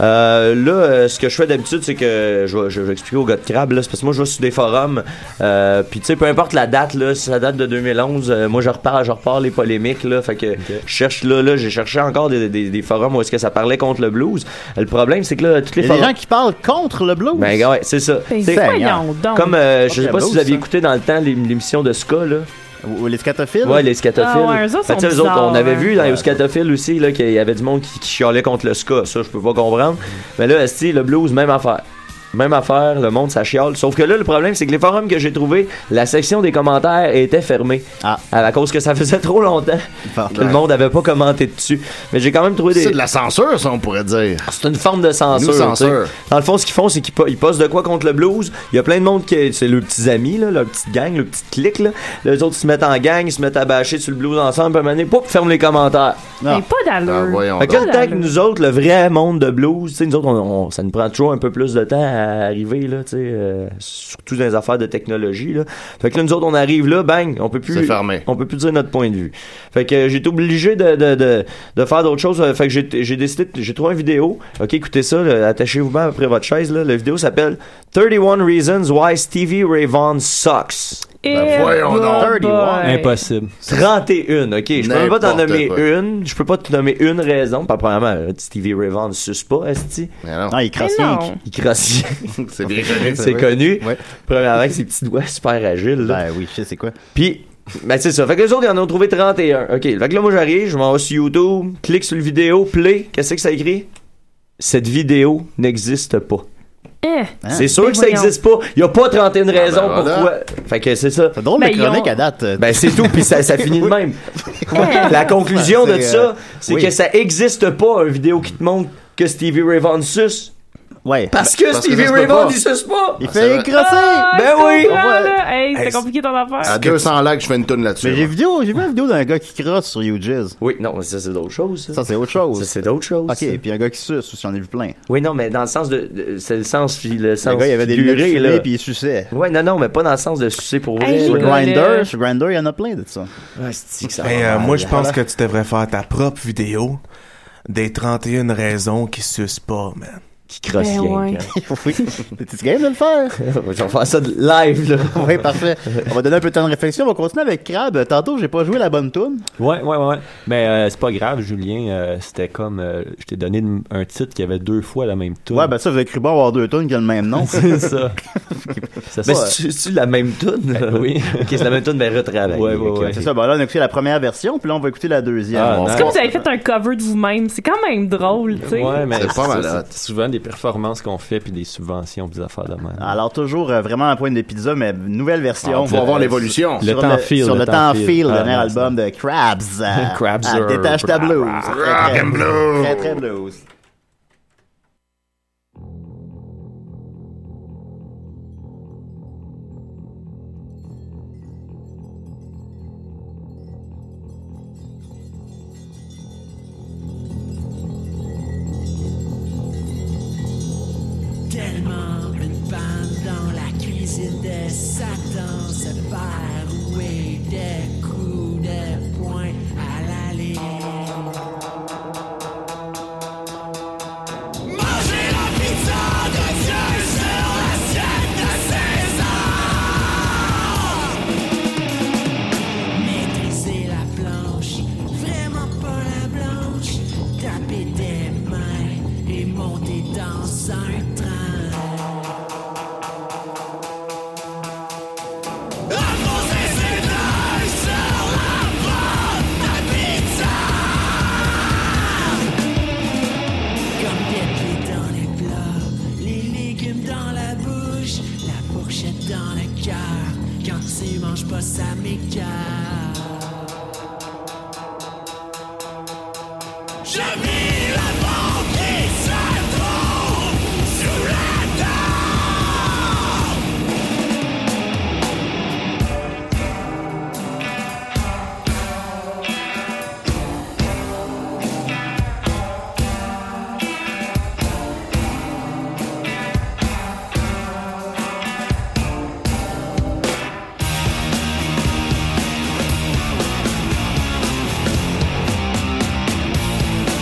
Speaker 9: Euh, là, euh, ce que je fais d'habitude, c'est que je vais, je vais expliquer au gars de crabe. là. C'est parce que moi, je vais sur des forums. Euh, Puis, tu sais, peu importe la date, là, si ça date de 2011, euh, moi, je repars, je repars les polémiques. Là, fait que je cherche là, là, j'ai cherché encore des, des- des forums où est-ce que ça parlait contre le blues. Le problème, c'est que là, toutes les
Speaker 5: Il y a des
Speaker 9: forums-
Speaker 5: gens qui parlent contre le blues.
Speaker 9: ben ouais, c'est ça.
Speaker 5: Ben,
Speaker 9: C'est-
Speaker 5: voyons donc.
Speaker 9: Comme
Speaker 5: Pas
Speaker 9: euh, je sais
Speaker 5: très
Speaker 9: pas
Speaker 5: beau,
Speaker 9: si vous aviez
Speaker 5: ça.
Speaker 9: écouté dans le temps l'ém- l'émission de Ska là.
Speaker 5: les scatophiles?
Speaker 9: Ouais, les scatophiles.
Speaker 5: Ah ouais, eux autres
Speaker 9: Fait que,
Speaker 5: sont
Speaker 9: tu sais, eux autres, on
Speaker 5: bizarres,
Speaker 9: avait
Speaker 5: hein.
Speaker 9: vu dans les
Speaker 5: Ouais.
Speaker 9: scatophiles aussi là qu'il y avait du monde qui, qui chialait contre le ska, ça je peux pas comprendre. Mais là, esti, le blues même affaire. Même affaire, le monde, ça chiale. Sauf que là, le problème, c'est que les forums que j'ai trouvés, la section des commentaires était fermée.
Speaker 6: Ah.
Speaker 9: À cause que ça faisait trop longtemps que le monde avait pas commenté dessus. Mais j'ai quand même trouvé des.
Speaker 6: C'est de la censure, ça, on pourrait dire.
Speaker 9: C'est une forme de censure.
Speaker 6: Nous censure.
Speaker 9: tu sais. Dans le fond, ce qu'ils font, c'est qu'ils po- ils postent de quoi contre le blues. Il y a plein de monde qui. C'est leurs petits amis, là, leurs petites gangs, leurs petites cliques. Là. Les autres, ils se mettent en gang, ils se mettent à bâcher sur le blues ensemble. Puis à un moment donné, pouf, ferme les commentaires.
Speaker 7: Mais pas d'allure.
Speaker 9: Mm. Fait que
Speaker 7: Pas
Speaker 9: le temps que
Speaker 7: d'allure.
Speaker 9: nous autres, le vrai monde de blues, tu sais, nous autres, on- on- ça nous prend toujours un peu plus de temps à arriver, là, tu sais, euh, surtout dans les affaires de technologie, là. Fait que là, nous autres, on arrive là, bang, on peut plus. On peut plus dire notre point de vue. Fait que euh, j'ai été obligé de, de, de, de faire d'autres choses. euh, Fait que j'ai j'ai décidé, de- j'ai trouvé une vidéo. Ok, écoutez ça, là, attachez-vous bien après votre chaise, là. La vidéo s'appelle 31 Reasons Why Stevie Ray Vaughan Sucks.
Speaker 7: Eh Ben voyons donc. boy. 31.
Speaker 10: Impossible.
Speaker 9: 31, ok. Je peux même pas t'en
Speaker 10: N'importe
Speaker 9: nommer
Speaker 10: quoi.
Speaker 9: une. Je peux pas te nommer une raison. Pas premièrement, euh, Stevie Ray Vaughan ne suce pas, Esti.
Speaker 6: non.
Speaker 5: Non, Ah, il crassait, Mais non. il-
Speaker 9: Il crassait.
Speaker 6: [LAUGHS] C'est bien connu, ça,
Speaker 9: [LAUGHS] C'est
Speaker 6: oui.
Speaker 9: connu. Premièrement, avec ses petits doigts super agiles. Là.
Speaker 5: Ben oui, je sais c'est quoi.
Speaker 9: Puis, ben c'est ça. Fait que les autres, ils en ont trouvé 31. Ok. Fait que là, moi, j'arrive, je m'en vais sur YouTube, clique sur le vidéo, play. Qu'est-ce que ça écrit? Cette vidéo n'existe pas.
Speaker 7: Eh.
Speaker 9: C'est sûr que ça existe pas. Il n'y a pas 31
Speaker 5: Ah,
Speaker 9: raisons pourquoi. Fait que c'est ça. C'est
Speaker 5: ben drôle
Speaker 7: de Ben, ils chronique ont- à
Speaker 5: date. euh.
Speaker 9: Ben c'est tout, puis ça, ça finit de même. La conclusion de
Speaker 5: euh,
Speaker 9: ça, c'est que ça existe pas, une vidéo qui te montre que Stevie Ray Vaughan suce.
Speaker 5: Ouais.
Speaker 9: Parce que
Speaker 6: Parce que
Speaker 9: Stevie
Speaker 6: ça se
Speaker 9: Ray
Speaker 6: peut pas.
Speaker 9: Vaughan, il suce pas.
Speaker 5: Il fait écrasser!
Speaker 7: Ah,
Speaker 9: Ben
Speaker 7: je
Speaker 9: oui.
Speaker 7: comprends, là.
Speaker 9: Ouais.
Speaker 7: Hey, c'était
Speaker 9: Hey,
Speaker 7: compliqué ton affaire.
Speaker 6: À 200 likes, je fais une toune là-dessus.
Speaker 5: Mais j'ai vidéo, j'ai vu la vidéo d'un gars qui crosse sur YouJizz.
Speaker 9: Oui, non, mais ça c'est d'autres choses.
Speaker 5: Ça c'est autre chose.
Speaker 9: Ça c'est d'autres choses.
Speaker 5: Ok, puis un gars qui suce aussi, on a vu plein.
Speaker 9: Oui, non, mais dans le sens de. de- c'est le sens. fi- Le, sens
Speaker 5: Le gars, il avait des
Speaker 9: figuré,
Speaker 5: lunettes
Speaker 9: là.
Speaker 5: fumées puis il suçait.
Speaker 9: Ouais, non, non, mais pas dans le sens de sucer pour vrai.
Speaker 5: Sur
Speaker 9: là.
Speaker 5: Grindr, sur Grindr, il y en a plein de ça.
Speaker 9: Ah, c'est-tu que ça
Speaker 11: Ben,
Speaker 9: va
Speaker 11: euh,
Speaker 9: mal,
Speaker 11: moi, je pense
Speaker 9: là.
Speaker 11: que tu devrais faire ta propre vidéo des 31 raisons qui sucent pas, man.
Speaker 9: Qui
Speaker 5: crossent Ben rien, ouais. [LAUGHS] T'es-tu game de le faire?
Speaker 9: Je vais faire ça de live, là.
Speaker 5: [LAUGHS] oui, parfait. On va donner un peu de temps de réflexion. On va continuer avec Crab. Tantôt, j'ai pas joué la bonne tune.
Speaker 10: Ouais, ouais, ouais, ouais. Mais euh, c'est pas grave, Julien. euh, C'était comme. euh, je t'ai donné une- un titre qui avait deux fois la même tour.
Speaker 5: Ouais, ben ça, vous avez cru bon avoir deux tunes qui ont le même nom.
Speaker 10: [LAUGHS] C'est ça.
Speaker 5: Ça sera-
Speaker 9: Mais Ben, c'est-tu- c'est-tu la même toune? oui. [LAUGHS] ok, c'est la même toune, mais retravaillée.
Speaker 10: Ben, Ouais, ouais,
Speaker 9: Ok,
Speaker 10: ouais.
Speaker 9: ok.
Speaker 5: C'est ça, ben là, on a écouté la première version, puis là, on va écouter la deuxième.
Speaker 10: Ah,
Speaker 5: On-
Speaker 7: C'est comme si vous avez fait un cover de vous-même. C'est quand même drôle, tu sais.
Speaker 10: Ouais, mais
Speaker 5: C'est pas
Speaker 10: ça,
Speaker 5: malade.
Speaker 10: c'est souvent des performances qu'on fait puis des subventions puis des affaires de même.
Speaker 5: Alors, toujours euh, vraiment un point de pizza, mais nouvelle version.
Speaker 10: Ah, On va voir l'évolution.
Speaker 5: Sur
Speaker 10: Le temps file,
Speaker 5: Sur le,
Speaker 10: le
Speaker 5: temps
Speaker 10: temps
Speaker 5: feel,
Speaker 10: file.
Speaker 5: dernier
Speaker 10: Ah,
Speaker 5: album de Krabs.
Speaker 10: [LAUGHS]
Speaker 5: euh,
Speaker 10: Krabs
Speaker 5: à
Speaker 10: are-
Speaker 5: Détache ta blues. Très, très-
Speaker 6: and blues.
Speaker 5: Très, très blues.
Speaker 13: Tellement une panne dans la cuisine de Satan se faire rouer des coups de poing à l'allée. Manger la pizza de Dieu sur l'assiette de César! Maîtriser la planche, vraiment pas la blanche, taper des mains et monter dans un train. Enfoncer ses doigts sur la porte de pizza. Comme des pieds dans les plats, les légumes dans la bouche, la fourchette dans le cœur. Quand tu manges pas, ça m'écarte. Je vis la mort qui se trouve sous la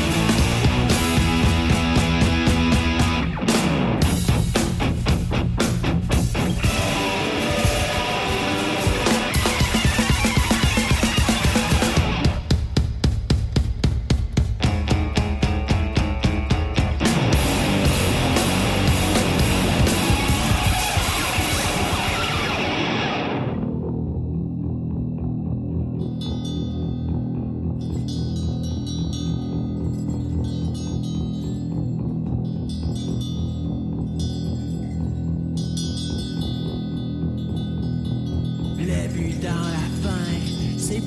Speaker 13: Manger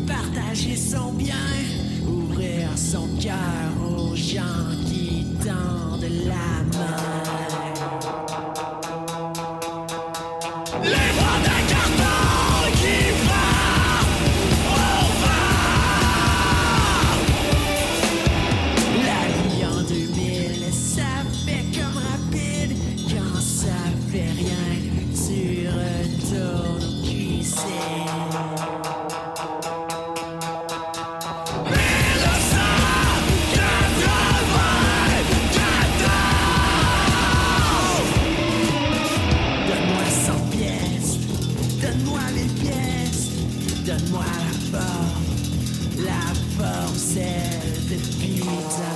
Speaker 13: partager son bien, ouvrir son cœur aux gens qui tendent la main. Les bras d'un carton qui La vie en 2000, ça fait comme rapide. Quand ça fait rien, tu retournes au QC. Donne-moi 100 pièces, donne-moi les pièces, donne-moi la forme, la forme celle de pizza.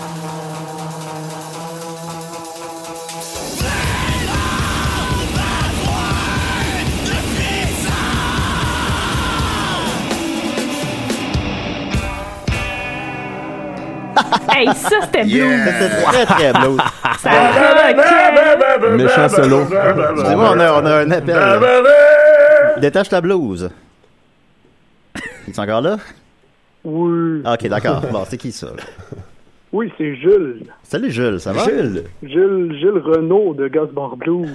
Speaker 7: Hey, ça, c'était blues.
Speaker 5: C'était très, très
Speaker 10: [LAUGHS]
Speaker 5: blues.
Speaker 7: Ça rockait.
Speaker 5: Méchant solo. Excusez-moi, on a, on a un appel. Détache ta blouse. Il est encore là?
Speaker 15: Oui.
Speaker 5: Ah, Ok,
Speaker 15: [LAUGHS]
Speaker 5: d'accord. Bon, c'est qui ça? là?
Speaker 15: Oui, c'est Jules.
Speaker 5: Salut Jules, ça va?
Speaker 15: Jules, Jules Renault de Gaspard Blues.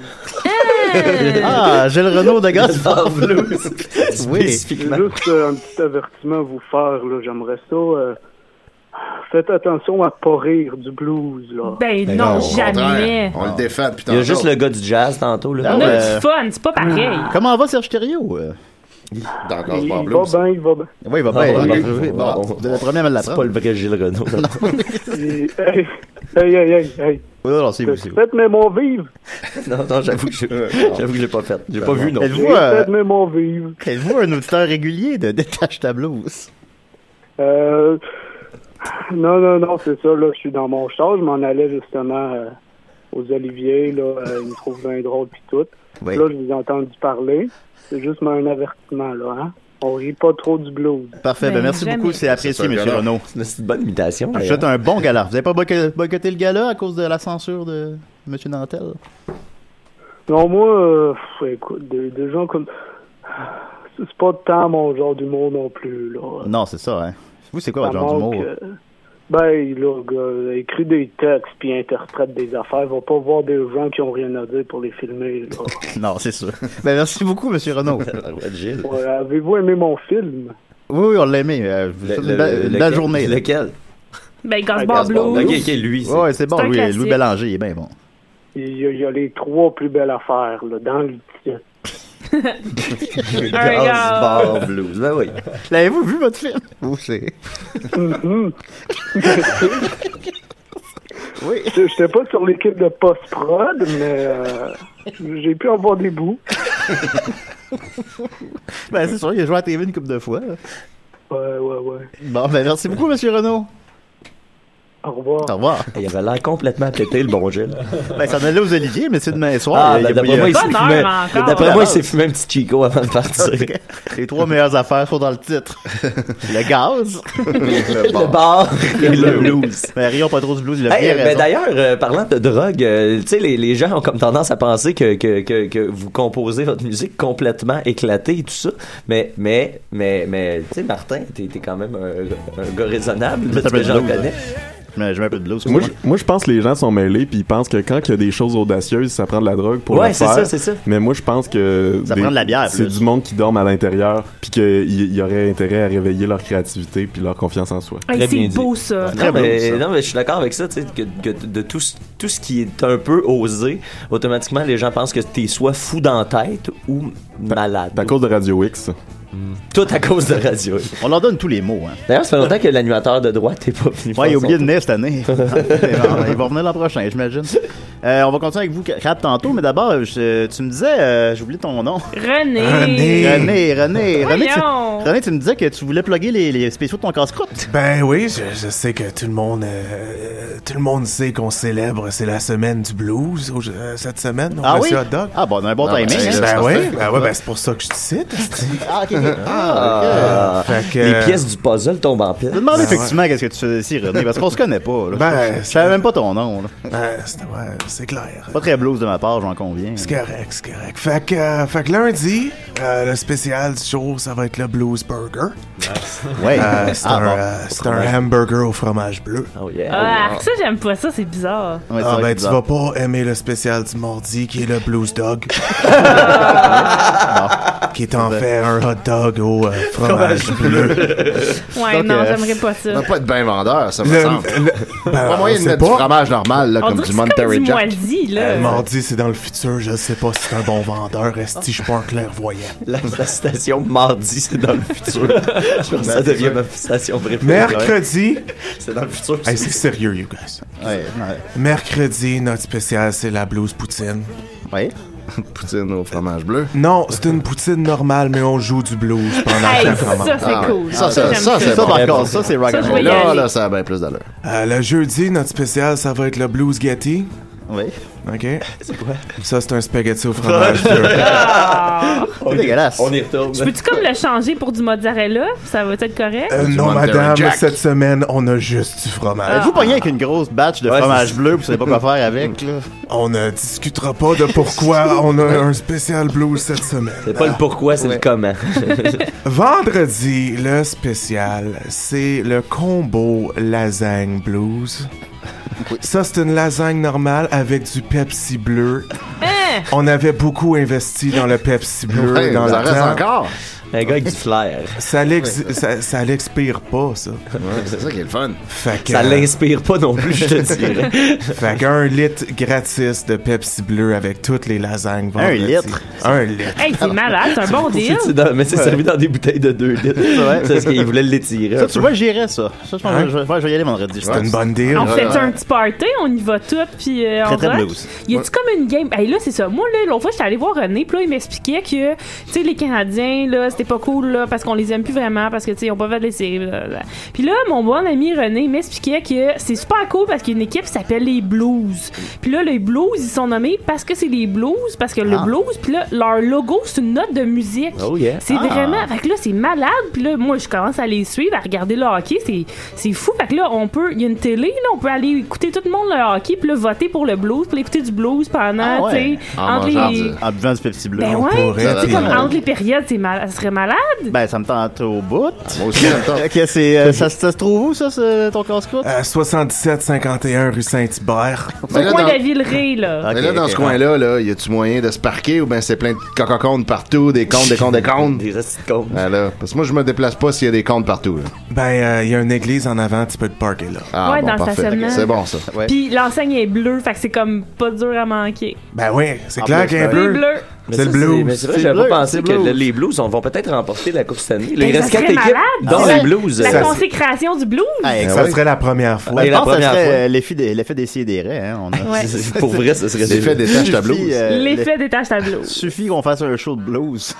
Speaker 5: Ah, Jules Renaud de Gaspard Blues.
Speaker 9: [LAUGHS]
Speaker 5: Oui.
Speaker 15: Juste euh, un petit avertissement à vous faire, là. J'aimerais ça. euh, faites attention à pas rire du blues, là.
Speaker 7: Ben
Speaker 9: Ben non, non, au jamais. contraire.
Speaker 6: On le défend depuis
Speaker 9: Il y a
Speaker 6: tantôt.
Speaker 9: juste le gars du jazz tantôt. Là.
Speaker 7: On a du fun, c'est pas pareil.
Speaker 5: Ben Comment va Serge Thériault? euh?
Speaker 6: Dans
Speaker 15: Il va bien, il va bien.
Speaker 5: Oui, il va
Speaker 9: Ah,
Speaker 5: bien.
Speaker 9: ouais,
Speaker 5: Oui,
Speaker 9: bon,
Speaker 5: oui,
Speaker 9: bon,
Speaker 5: bon, Vous êtes le premier à me
Speaker 9: C'est
Speaker 5: l'apprendre.
Speaker 9: pas le vrai Gilles Renaud.
Speaker 15: Et- hey, hey, hey, hey, hey.
Speaker 5: Oui, non, c'est vous, c'est vous.
Speaker 15: Faites mes mots vivre.
Speaker 9: [LAUGHS] non, non, j'avoue que je j'avoue que je l'ai pas fait. J'ai pas vu, non.
Speaker 5: Êtes-vous
Speaker 15: Faites
Speaker 5: euh,
Speaker 15: mes mots vivre.
Speaker 5: êtes-vous un auditeur régulier de Détache ta blouse?
Speaker 15: Euh, non, non, non, c'est ça, là, je suis dans mon char, je m'en allais justement euh, aux Oliviers, là, euh, ils me trouvent bien drôle pis tout.
Speaker 5: Oui.
Speaker 15: Là, je vous ai entendu parler, c'est juste un avertissement, là, hein. On rit pas trop du blues.
Speaker 5: Parfait, ben, merci beaucoup, c'est apprécié, M. Renaud.
Speaker 9: C'est une bonne imitation.
Speaker 5: Je vous souhaite un bon gala. Vous n'avez pas boyco- boycotté le gala à cause de la censure de M. Nantel?
Speaker 15: Non, moi, euh, pff, écoute, des, des gens comme... C'est pas tant mon genre d'humour non plus, là.
Speaker 5: Non, c'est ça, hein. Vous, c'est quoi votre
Speaker 15: Ça
Speaker 5: genre
Speaker 15: manque,
Speaker 5: d'humour?
Speaker 15: euh, Ben, là, gars, écris des textes puis interprète des affaires. Va pas voir des gens qui ont rien à dire pour les filmer, là.
Speaker 5: [LAUGHS] Non, c'est sûr. Ben, merci beaucoup, M. Renaud.
Speaker 15: Ouais, Avez-vous aimé mon film?
Speaker 5: Oui, oui, on l'a aimé. euh, vous souhaite une belle- une belle journée. là.
Speaker 9: Lequel?
Speaker 7: Ben, Gaspard Blues.
Speaker 9: lui.
Speaker 5: Ouais, ouais, c'est bon,
Speaker 7: C'est un
Speaker 5: lui, euh,
Speaker 7: classique.
Speaker 5: Louis Bélanger, il est bien bon.
Speaker 15: Il y, a, il y a les trois plus belles affaires, là, dans le titre.
Speaker 9: Gaspard Blues. Ben oui.
Speaker 5: [LAUGHS] L'avez-vous vu, votre film? Vous, c'est.
Speaker 15: Hmm.
Speaker 5: [LAUGHS] Oui.
Speaker 15: Je n'étais pas sur l'équipe de post-prod, mais euh, j'ai pu en voir des bouts.
Speaker 5: [LAUGHS] [LAUGHS] Ben, c'est sûr, il a joué à la TV une couple de fois. là.
Speaker 15: Ouais, ouais, ouais.
Speaker 5: Bon, ben, merci beaucoup, M. Renaud.
Speaker 15: Au revoir.
Speaker 5: Au revoir.
Speaker 9: Il avait l'air complètement pété, le bon Gilles.
Speaker 5: [LAUGHS] Ben, ça en allait aux Oliviers, mais c'est demain soir.
Speaker 9: Ah,
Speaker 5: Il y a-
Speaker 9: ben,
Speaker 5: il y
Speaker 9: d'après
Speaker 5: a-
Speaker 9: moi, il s'est fumé, d'après moi, il s'est fumé un petit Chico avant de
Speaker 5: [LAUGHS]
Speaker 9: partir.
Speaker 5: Les trois meilleures affaires sont dans le titre. Le
Speaker 9: [LAUGHS]
Speaker 5: gaz,
Speaker 9: Le bar et le blues.
Speaker 5: Mais rions pas trop du Ben, blues, il a
Speaker 9: Hey,
Speaker 5: bien
Speaker 9: ben
Speaker 5: raison.
Speaker 9: d'ailleurs, euh, parlant de drogue, euh, tu sais, les, les gens ont comme tendance à penser que, que, que, que vous composez votre musique complètement éclatée et tout ça. Mais, mais, mais, mais, tu sais, Martin, t'es t'es quand même un, un gars raisonnable,
Speaker 5: Ça
Speaker 9: parce
Speaker 5: peut
Speaker 9: que
Speaker 5: être
Speaker 9: j'en
Speaker 5: drôle,
Speaker 9: connais.
Speaker 5: Mais je mets un peu de blues.
Speaker 8: Moi, je- moi, je pense que les gens sont mêlés puis ils pensent que quand il y a des choses audacieuses, ça prend de la drogue pour
Speaker 9: Ouais,
Speaker 8: le
Speaker 9: c'est
Speaker 8: faire.
Speaker 9: ça, c'est ça.
Speaker 8: Mais moi, je pense que
Speaker 5: Ça
Speaker 8: des-
Speaker 5: prend de la bière,
Speaker 8: C'est
Speaker 5: plus.
Speaker 8: du monde qui dorme à l'intérieur puis qu'il y, y aurait intérêt à réveiller leur créativité puis leur confiance en soi.
Speaker 7: Hey, c'est beau, ça.
Speaker 9: Ah, Non mais, non, mais je suis d'accord avec ça, tu sais, que, que de tout, ce- tout ce qui est un peu osé, automatiquement, les gens pensent que t'es soit fou dans la tête ou malade.
Speaker 8: À cause de Radio X.
Speaker 9: Tout à cause de radio.
Speaker 5: On leur donne tous les mots. Hein.
Speaker 9: D'ailleurs, ça fait longtemps que l'animateur de droite est pas
Speaker 5: Ouais,
Speaker 9: venu.
Speaker 5: il a
Speaker 9: faire
Speaker 5: oublié de
Speaker 9: son
Speaker 5: venir cette
Speaker 9: [LAUGHS]
Speaker 5: année. Ah, il va revenir l'an prochain, j'imagine. Euh, on va continuer avec vous, Rap, tantôt, mais d'abord, je- tu me disais, euh, j'ai oublié ton nom.
Speaker 7: René.
Speaker 5: René, René, René, tu,
Speaker 7: Voyons.
Speaker 5: René, tu me disais que tu voulais plugger les, les spéciaux de ton casse-croûte.
Speaker 11: Ben oui, je, je sais que tout le monde, euh, tout le monde sait qu'on célèbre, c'est la semaine du blues au- euh, cette semaine. on
Speaker 5: Ah
Speaker 11: fait
Speaker 9: Ben,
Speaker 5: oui?
Speaker 11: ce hot dog.
Speaker 5: Ah, bon, on a un bon
Speaker 11: Ah,
Speaker 5: timing.
Speaker 11: Ben,
Speaker 5: hein.
Speaker 11: ben oui, ben ouais, ben c'est pour ça que je te cite.
Speaker 5: Ah, ok.
Speaker 9: Ah,
Speaker 11: Fait que-
Speaker 9: Les pièces du puzzle tombent en pile. Ah,
Speaker 5: Je me demandais
Speaker 11: Ben
Speaker 5: effectivement qu'est-ce que tu faisais ici, René, parce qu'on se connaît pas. Là.
Speaker 11: Ben,
Speaker 5: je savais même pas ton nom. là.
Speaker 11: Ben, c'était ouais, c'est clair.
Speaker 5: Pas très blues de ma part, j'en conviens.
Speaker 11: C'est correct, c'est correct. Fait que, euh, fait que lundi, euh, le spécial du show, ça va être le Blues Burger.
Speaker 5: Ouais.
Speaker 11: Euh, c'est
Speaker 5: Ah,
Speaker 11: un,
Speaker 5: bon.
Speaker 11: euh, c'est
Speaker 5: Au
Speaker 11: un
Speaker 5: fromage.
Speaker 11: hamburger au fromage bleu.
Speaker 5: Oh
Speaker 7: Ah, ça, j'aime pas ça, c'est bizarre.
Speaker 11: ah ben tu vas pas aimer le spécial du mardi qui est le Blues Dog. Ah. qui est en fait un hot dog au euh, fromage bleu.
Speaker 7: Ouais, non,
Speaker 9: euh,
Speaker 7: j'aimerais pas [LAUGHS] ça.
Speaker 6: On n'a pas de bien vendeur, ça me
Speaker 11: Le- ben,
Speaker 6: semble. pas
Speaker 11: on
Speaker 6: moyen de
Speaker 11: sait
Speaker 6: mettre du
Speaker 11: pas.
Speaker 6: fromage normal, là,
Speaker 7: On
Speaker 6: comme
Speaker 7: dirait
Speaker 6: du
Speaker 7: que c'est comme
Speaker 6: Monterey
Speaker 7: du
Speaker 6: Jack.
Speaker 7: moisi, là.
Speaker 11: Euh, mardi, c'est dans le futur, je sais pas si c'est un bon vendeur, est-ce que je suis pas un clairvoyant.
Speaker 9: [LAUGHS] La, la station mardi, c'est dans le
Speaker 11: [LAUGHS]
Speaker 9: futur. Je pense que ça devient ma station préférée.
Speaker 11: Mercredi.
Speaker 9: C'est dans le futur.
Speaker 11: Hey, c'est sérieux, you guys. Mercredi, notre spécial, c'est la blouse poutine.
Speaker 5: Oui.
Speaker 6: [LAUGHS] poutine au fromage bleu.
Speaker 11: Non, c'est une poutine normale, mais on joue du blues pendant
Speaker 6: Hey,
Speaker 11: chaque
Speaker 6: ça,
Speaker 11: roman.
Speaker 6: c'est Ah ouais. cool. Ça, ça, ça, c'est bon. Ça, par contre, ça, c'est rock Ça, and je roll. vais y Là, aller. là, ça a bien plus d'allure.
Speaker 11: Euh, le jeudi, notre spécial, ça va être le blues Getty.
Speaker 5: Oui.
Speaker 11: OK.
Speaker 9: [LAUGHS] C'est quoi?
Speaker 11: Ça, c'est un spaghetti
Speaker 9: [LAUGHS]
Speaker 11: au fromage.
Speaker 5: C'est dégueulasse.
Speaker 9: On y retourne.
Speaker 7: Je peux-tu comme le changer pour du mozzarella? Ça va être correct?
Speaker 11: Euh, non, madame, cette semaine, on a juste du fromage.
Speaker 9: Ah.
Speaker 5: Êtes-vous pogné avec une grosse batch de fromage bleu, vous savez pas quoi faire avec, là?
Speaker 11: On ne discutera pas de pourquoi
Speaker 5: [LAUGHS]
Speaker 11: on a un spécial blues cette semaine.
Speaker 9: C'est
Speaker 11: [LAUGHS]
Speaker 9: pas le pourquoi, c'est le
Speaker 5: [LAUGHS]
Speaker 9: comment.
Speaker 11: Vendredi, le spécial, c'est le combo lasagne blues. Ça, c'est une lasagne normale avec du Pepsi bleu.
Speaker 5: Hein?
Speaker 11: On avait beaucoup investi dans le Pepsi bleu
Speaker 9: Ouais,
Speaker 11: dans
Speaker 9: vous
Speaker 11: le
Speaker 9: en reste
Speaker 11: temps.
Speaker 9: encore. Un gars avec du flair.
Speaker 11: Ça l'ex- ça- ça l'expire pas, ça.
Speaker 6: c'est ça qui est le fun.
Speaker 11: Fait que- euh,
Speaker 9: Ça l'inspire pas non plus, je te dirais.
Speaker 11: [LAUGHS] fait qu'un litre gratis de Pepsi bleu avec toutes les lasagnes. vendredi.
Speaker 9: litre?
Speaker 11: Un litre.
Speaker 7: Hey, c'est malade, c'est un bon deal.
Speaker 9: C'est dans- mais c'est
Speaker 11: Ouais.
Speaker 9: servi dans des bouteilles de 2 litres.
Speaker 5: Ouais.
Speaker 9: C'est ce qu'il voulait l'étirer.
Speaker 5: Ça, tu vois, j'irais, ça. Ça, je pense
Speaker 9: Hein?
Speaker 5: que je, vais- ouais, je vais y aller vendredi. je
Speaker 9: C'est
Speaker 5: pense.
Speaker 9: une bonne deal.
Speaker 7: On fait un petit party, on y va tout, puis
Speaker 5: Euh,
Speaker 7: euh,
Speaker 5: Très,
Speaker 7: on
Speaker 5: très
Speaker 7: rock.
Speaker 5: blues.
Speaker 7: Y a-tu comme une game? Hey, là, c'est ça. Moi, là, l'autre fois, j'étais allé voir René, puis là, il m'expliquait que, tu sais, les Canadiens, là, c'était pas cool, là, parce qu'on les aime plus vraiment, parce que, tu sais, ils ont pas fait les séries. blablabla. Puis là, mon bon ami René m'expliquait que c'est super cool parce qu'il y a une équipe qui s'appelle les Blues. Puis là, les Blues, ils sont nommés parce que c'est les Blues, parce que le
Speaker 9: Ah.
Speaker 7: blues, puis là, leur logo, c'est une note de musique.
Speaker 9: Oh yeah.
Speaker 7: C'est
Speaker 9: Ah.
Speaker 7: vraiment. Fait que là, c'est malade. Puis là, moi, je commence à les suivre, à regarder le hockey. C'est, c'est fou. Fait que là, on peut. Il y a une télé, là. On peut aller écouter tout le monde le hockey, puis là, voter pour le blues, puis écouter du blues pendant,
Speaker 5: Ah ouais.
Speaker 7: tu sais, entre les.
Speaker 5: En buvant du Pepsi bleu.
Speaker 7: Ben
Speaker 5: On
Speaker 7: ouais,
Speaker 5: pourrait,
Speaker 7: tu sais,
Speaker 5: puis-
Speaker 11: euh,
Speaker 7: comme entre les périodes, c'est mal... ça serait malade.
Speaker 5: Ben, ça me tente au bout.
Speaker 6: moi aussi, ça me tente.
Speaker 5: Ok, c'est, euh, ça, ça se trouve où, ça, ce- ton casse-croûte?
Speaker 11: Euh, 77-51 rue Saint-Hubert.
Speaker 7: C'est
Speaker 6: Ben là,
Speaker 7: coin
Speaker 6: dans-
Speaker 7: de Villeray, là.
Speaker 6: Mais là, dans ce coin-là, là, y a-tu moyen de se parquer ou ben c'est plein de coca-cones partout, des comptes, des comptes, des comptes?
Speaker 9: des restes de comptes.
Speaker 6: parce que moi, je me déplace pas s'il y a des comptes partout. là.
Speaker 11: Ben, euh, il y a une église en avant, tu peux te parker là.
Speaker 6: Ah,
Speaker 7: Ouais,
Speaker 6: bon,
Speaker 7: dans le
Speaker 6: parfait.
Speaker 7: stationnement.
Speaker 6: C'est bon, ça.
Speaker 7: Puis l'enseigne est bleue, fait que c'est comme pas dur à manquer.
Speaker 11: Ben oui, c'est
Speaker 9: En
Speaker 11: clair
Speaker 9: plus,
Speaker 11: qu'il y a un
Speaker 9: ben-
Speaker 11: bleu.
Speaker 9: Mais ça,
Speaker 7: Les bleus.
Speaker 11: C'est le blues.
Speaker 9: Mais c'est vrai,
Speaker 11: C'est
Speaker 9: j'avais
Speaker 11: bleu,
Speaker 9: pas pensé
Speaker 11: c'est
Speaker 9: que
Speaker 11: blues.
Speaker 9: le- les Blues, on vont peut-être remporter la Coupe cette année. Là,
Speaker 7: Ben,
Speaker 9: Il
Speaker 7: ça
Speaker 9: reste
Speaker 7: serait
Speaker 9: quatre équipes
Speaker 7: malade.
Speaker 9: dans
Speaker 7: Ça-
Speaker 9: les Blues.
Speaker 7: La
Speaker 9: Ça-
Speaker 7: consécration du blues.
Speaker 11: ça serait la première fois.
Speaker 5: Ben,
Speaker 9: Ah, Et
Speaker 5: je
Speaker 9: la
Speaker 5: pense que ça
Speaker 9: première
Speaker 5: serait
Speaker 9: fois.
Speaker 5: euh, l'effet des, l'effet des sidérés, hein. On a... [LAUGHS]
Speaker 7: Ouais.
Speaker 9: Pour vrai, ça serait
Speaker 5: L'effet
Speaker 9: des-
Speaker 5: des taches de blues.
Speaker 9: Suffit, euh,
Speaker 7: L'effet des tâches tableaux.
Speaker 5: Suffit qu'on fasse un show de [LAUGHS] blues.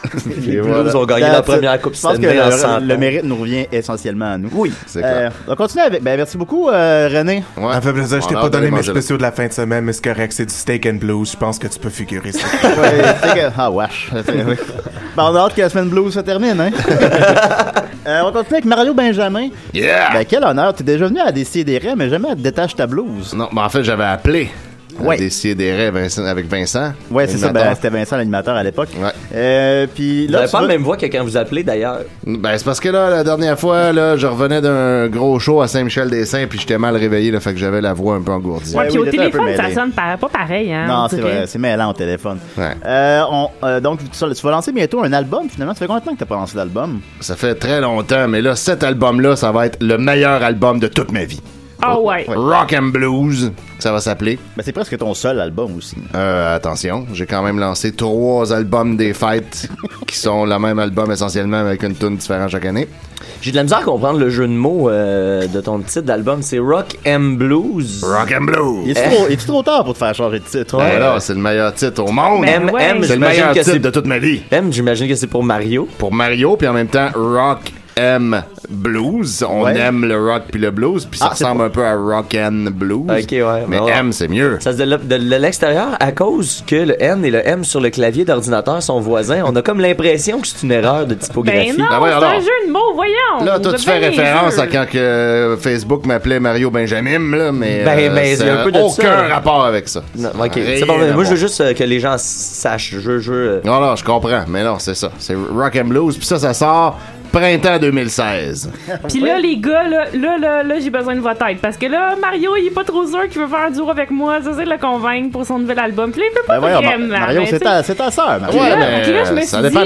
Speaker 5: Les
Speaker 9: voilà. Blues ont gagné la première Coupe
Speaker 5: Je pense que
Speaker 9: Stanley en 100 ans.
Speaker 5: le, le mérite nous revient essentiellement à nous. Oui, c'est
Speaker 11: clair.
Speaker 5: on continue avec. Ben, merci beaucoup, euh, René.
Speaker 11: Ça fait plaisir, je t'ai pas donné mes spéciaux de la fin de semaine, mais c'est correct, c'est du steak and blues, je pense que tu peux figurer
Speaker 9: [LAUGHS]
Speaker 11: ça.
Speaker 5: Ouais, c'est que- ah,
Speaker 11: [LAUGHS]
Speaker 5: wesh. Ben, on a hâte que la semaine blues se termine, [LAUGHS] hein? Euh, on continue avec Mario Benjamin.
Speaker 6: Yeah!
Speaker 5: Ben, quel honneur. T'es déjà venu à Décideret, mais jamais à Détache ta blouse.
Speaker 6: Non, mais en fait, j'avais appelé à
Speaker 5: Ouais.
Speaker 6: Décideret Vincent- avec Vincent.
Speaker 5: Ouais, c'est ça.
Speaker 6: Animateur.
Speaker 5: Ben, c'était Vincent l'animateur à l'époque.
Speaker 6: Ouais.
Speaker 5: Euh, puis
Speaker 6: là,
Speaker 9: Vous n'avez
Speaker 6: tu
Speaker 9: pas
Speaker 6: vas-
Speaker 9: la même voix que quand vous appelez d'ailleurs.
Speaker 6: Ben, c'est parce que là, la dernière fois, là, je revenais d'un gros show à Saint-Michel-des-Saints, puis j'étais mal réveillé, là, fait que j'avais la voix un peu engourdie.
Speaker 7: Ouais, puis au téléphone, ça sonne pa- pas pareil, hein.
Speaker 5: Non,
Speaker 7: on
Speaker 5: c'est
Speaker 7: dirait.
Speaker 5: vrai, c'est mêlant au téléphone. Euh, on- euh, donc, tu, tu vas lancer bientôt un album, finalement. Ça fait combien de temps que t'as pas lancé d'album?
Speaker 6: Ça fait très longtemps, mais là, cet album-là, ça va être le meilleur album de toute ma vie.
Speaker 7: Ah ouais.
Speaker 6: Rock and Blues, ça va s'appeler.
Speaker 5: Mais c'est presque ton seul album aussi.
Speaker 6: Euh, attention, j'ai quand même lancé trois albums des fêtes qui sont le même album essentiellement avec une tune différente chaque année.
Speaker 9: J'ai de la misère à comprendre le jeu de mots euh, de ton titre d'album. C'est Rock and Blues.
Speaker 6: Rock and Blues.
Speaker 5: Il est-tu trop, est-tu trop tard pour te faire changer de titre? hein?
Speaker 6: Ben là, c'est le meilleur titre au monde.
Speaker 9: Euh, M, M,
Speaker 6: c'est le
Speaker 9: j'imagine
Speaker 6: meilleur
Speaker 9: que
Speaker 6: titre
Speaker 9: c'est-
Speaker 6: de toute ma vie.
Speaker 9: M, j'imagine que c'est pour Mario.
Speaker 6: Pour Mario, puis en même temps, Rock aime blues. On
Speaker 5: Ouais.
Speaker 6: aime le rock puis le blues, puis ça
Speaker 9: Ah, c'est
Speaker 6: ressemble un peu à rock and blues.
Speaker 9: Ok, ouais.
Speaker 6: Mais
Speaker 9: ouais.
Speaker 6: aime, c'est mieux.
Speaker 9: Ça se développe de l'extérieur à cause que le N et le M sur le clavier d'ordinateur sont voisins. On a comme l'impression que c'est une erreur de typographie.
Speaker 7: Ben non, c'est un jeu de mots, voyons.
Speaker 6: Là, toi,
Speaker 7: Vous
Speaker 6: tu fais
Speaker 7: avez bien les
Speaker 6: référence
Speaker 7: jeux.
Speaker 6: à quand que euh, Facebook m'appelait Mario Benjamin, là, mais.
Speaker 9: Ben,
Speaker 6: euh,
Speaker 9: ben,
Speaker 6: ça
Speaker 9: il y a un
Speaker 6: a
Speaker 9: peu de
Speaker 6: aucun
Speaker 9: ça.
Speaker 6: rapport avec ça.
Speaker 9: Non, ok,
Speaker 6: Rien
Speaker 9: c'est bon.
Speaker 6: à
Speaker 9: Moi, je
Speaker 6: voir.
Speaker 9: veux juste euh, que les gens s- sachent. Je, euh, je...
Speaker 6: Non, non, je comprends, mais non, c'est ça. C'est rock and blues, puis ça, ça sort printemps 2016.
Speaker 7: Puis là, les gars, là, là, là, là, j'ai besoin de votre aide. Parce que là, Mario, il est pas trop sûr qu'il veut faire un duo avec moi. J'essaie de le convaincre pour son nouvel album. Puis là, il peut pas
Speaker 5: Ben voyons, Mar-
Speaker 7: vraiment,
Speaker 5: Mario,
Speaker 7: mais
Speaker 5: c'est
Speaker 7: tu
Speaker 5: ta,
Speaker 7: sais.
Speaker 5: c'est ta sœur, Mario.
Speaker 7: Puis là- puis là, je me suis dit,